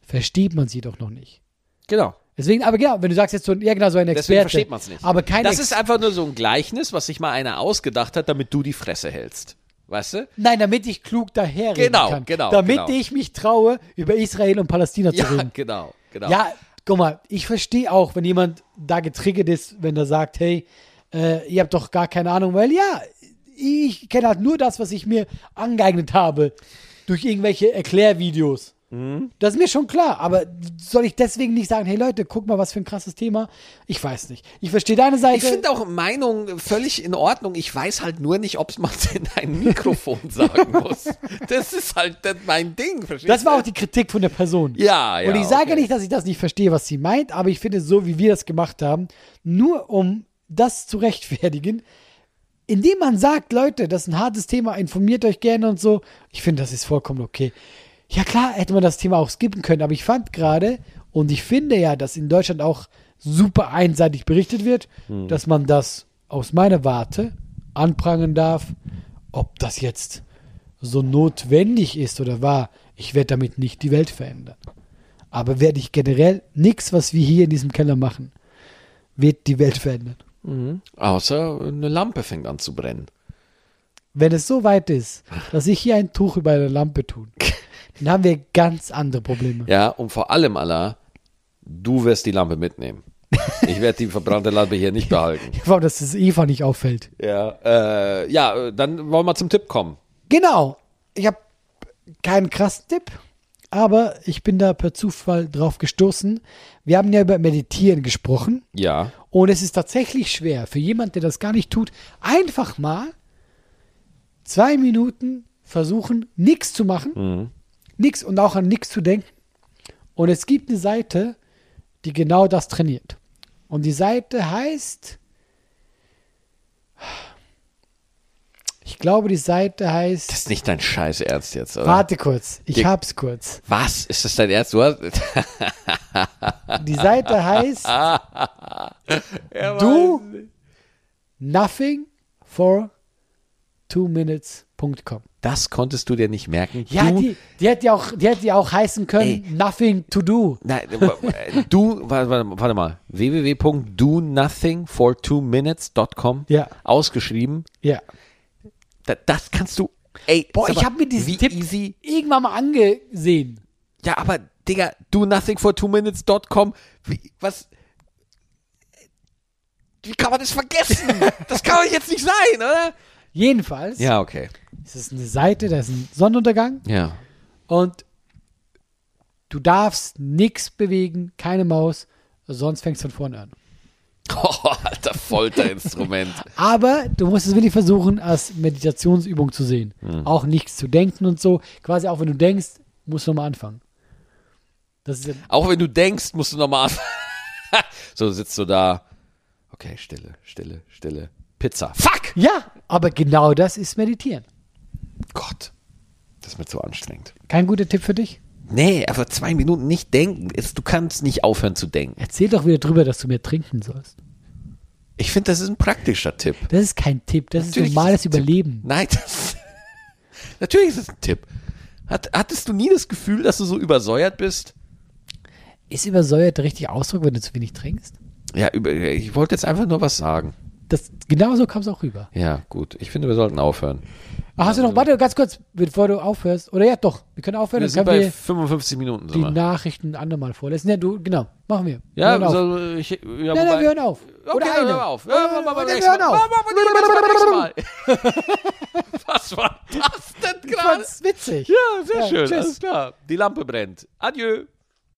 S2: versteht man sie doch noch nicht.
S1: Genau.
S2: Deswegen, aber genau, wenn du sagst jetzt so, ein- ja genau, so ein Experte.
S1: Deswegen versteht man es nicht.
S2: Aber kein
S1: das
S2: Ex-
S1: ist einfach nur so ein Gleichnis, was sich mal einer ausgedacht hat, damit du die Fresse hältst. Weißt du?
S2: Nein, damit ich klug daher reden
S1: Genau,
S2: kann.
S1: genau,
S2: Damit
S1: genau.
S2: ich mich traue, über Israel und Palästina zu (laughs)
S1: Ja,
S2: reden.
S1: genau, genau.
S2: Ja, guck mal, ich verstehe auch, wenn jemand da getriggert ist, wenn er sagt, hey, äh, ihr habt doch gar keine Ahnung, weil ja, ich kenne halt nur das, was ich mir angeeignet habe durch irgendwelche Erklärvideos.
S1: Mhm.
S2: Das ist mir schon klar, aber soll ich deswegen nicht sagen, hey Leute, guck mal, was für ein krasses Thema? Ich weiß nicht. Ich verstehe deine Seite.
S1: Ich finde auch Meinung völlig in Ordnung. Ich weiß halt nur nicht, ob man (laughs) es in ein
S2: (laughs)
S1: Mikrofon sagen muss. Das ist halt das mein Ding. Verstehst
S2: das war
S1: du?
S2: auch die Kritik von der Person.
S1: Ja, ja.
S2: Und ich sage
S1: okay.
S2: nicht, dass ich das nicht verstehe, was sie meint, aber ich finde, so wie wir das gemacht haben, nur um das zu rechtfertigen, indem man sagt, Leute, das ist ein hartes Thema, informiert euch gerne und so, ich finde, das ist vollkommen okay. Ja klar, hätte man das Thema auch skippen können, aber ich fand gerade, und ich finde ja, dass in Deutschland auch super einseitig berichtet wird,
S1: Hm.
S2: dass man das aus meiner Warte anprangern darf, ob das jetzt so notwendig ist oder war. Ich werde damit nicht die Welt verändern. Aber werde ich generell nichts, was wir hier in diesem Keller machen, wird die Welt verändern.
S1: Mhm. Außer eine Lampe fängt an zu brennen.
S2: Wenn es so weit ist, dass ich hier ein Tuch über eine Lampe tue, dann haben wir ganz andere Probleme.
S1: Ja, und vor allem, Allah, du wirst die Lampe mitnehmen. Ich werde die verbrannte Lampe hier nicht behalten.
S2: (laughs) Ich glaube, dass es Eva nicht auffällt.
S1: Ja, äh, ja, dann wollen wir zum Tipp kommen.
S2: Genau. Ich habe keinen krassen Tipp, aber ich bin da per Zufall drauf gestoßen. Wir haben ja über Meditieren gesprochen.
S1: Ja.
S2: Und es ist tatsächlich schwer für jemand, der das gar nicht tut, einfach mal zwei Minuten versuchen, nichts zu machen,
S1: Mhm.
S2: nichts und auch an nichts zu denken. Und es gibt eine Seite, die genau das trainiert. Und die Seite heißt, ich glaube, die Seite heißt,
S1: Das ist nicht dein scheiß Ernst jetzt, oder?
S2: warte kurz, ich
S1: Die-
S2: hab's kurz.
S1: Was? Ist das dein Ernst? Du hast, (laughs)
S2: Die Seite (laughs) heißt do nothing for two minutes.com.
S1: das konntest du dir nicht merken?
S2: Ja,
S1: du,
S2: die, die hätte ja auch, die hätte ja auch heißen können, nothing to do.
S1: Nein, äh, du, warte, warte, warte mal. www.donothingfor2minutes.com
S2: Ja.
S1: ausgeschrieben.
S2: Ja.
S1: Da, das kannst du. Ey,
S2: Boah,
S1: sag
S2: ich
S1: mal,
S2: habe mir diesen
S1: wie
S2: Tipp
S1: Easy,
S2: irgendwann mal angesehen.
S1: ja, aber Digga, donothingfor2minutes.com. Wie, was? Wie kann man das
S2: (laughs)
S1: vergessen? das kann doch jetzt nicht sein, oder?
S2: Jedenfalls
S1: Ja, okay.
S2: es ist es eine Seite, da ist ein Sonnenuntergang
S1: Ja. (laughs)
S2: und du darfst nichts bewegen, keine Maus, sonst fängst du von vorne an.
S1: Oh, alter Folterinstrument.
S2: Aber du musst es wirklich versuchen, als Meditationsübung zu sehen.
S1: Mhm.
S2: Auch nichts zu denken und so. Quasi auch wenn du denkst, musst du nochmal anfangen. Das ist ja
S1: Auch wenn du denkst, musst du nochmal anfangen. (laughs) so sitzt du da. Okay, Stille, Stille, Stille. Pizza. Fuck!
S2: Ja, aber genau das ist Meditieren.
S1: Gott, das ist mir zu anstrengend.
S2: Kein guter Tipp für dich?
S1: Nee, aber zwei Minuten nicht denken. Jetzt, du kannst nicht aufhören zu denken.
S2: Erzähl doch wieder drüber, dass du mehr trinken sollst.
S1: Ich finde, das ist ein praktischer Tipp.
S2: Das ist kein Tipp, das
S1: Natürlich
S2: ist
S1: ist
S2: normales
S1: es ein Tipp.
S2: Überleben.
S1: Nein, das, (laughs) natürlich ist es ein Tipp. Hat, hattest du nie das Gefühl, dass du so übersäuert bist?
S2: Ist übersäuert der richtige Ausdruck, wenn du zu wenig trinkst?
S1: Ja, über, ich wollte jetzt einfach nur was sagen.
S2: Das, genau so kam es auch rüber.
S1: Ja, gut. Ich finde, wir sollten aufhören.
S2: Ach, hast du noch,
S1: also
S2: warte, ganz kurz, bevor du aufhörst. Oder ja, doch, wir können aufhören,
S1: Wir
S2: dann
S1: sind
S2: können
S1: bei
S2: wir
S1: 55 Minuten.
S2: die
S1: Sind wir.
S2: Nachrichten ein andermal vorlesen. Ja, du, genau, machen wir.
S1: Ja,
S2: wir hören auf.
S1: so, ich, ja
S2: Nein, nein,
S1: wobei-
S2: wir hören auf.
S1: Okay,
S2: Oder
S1: dann
S2: eine.
S1: hören wir auf. Ja, machen wir beim
S2: Oder
S1: nächsten
S2: wir hören
S1: Mal.
S2: auf.
S1: Machen wir das (laughs) beim nächsten Mal. Was war das denn
S2: Ich
S1: gerade?
S2: fand's witzig.
S1: Ja, sehr
S2: Ja,
S1: schön.
S2: tschüss.
S1: Alles klar. Die Lampe brennt. Adieu.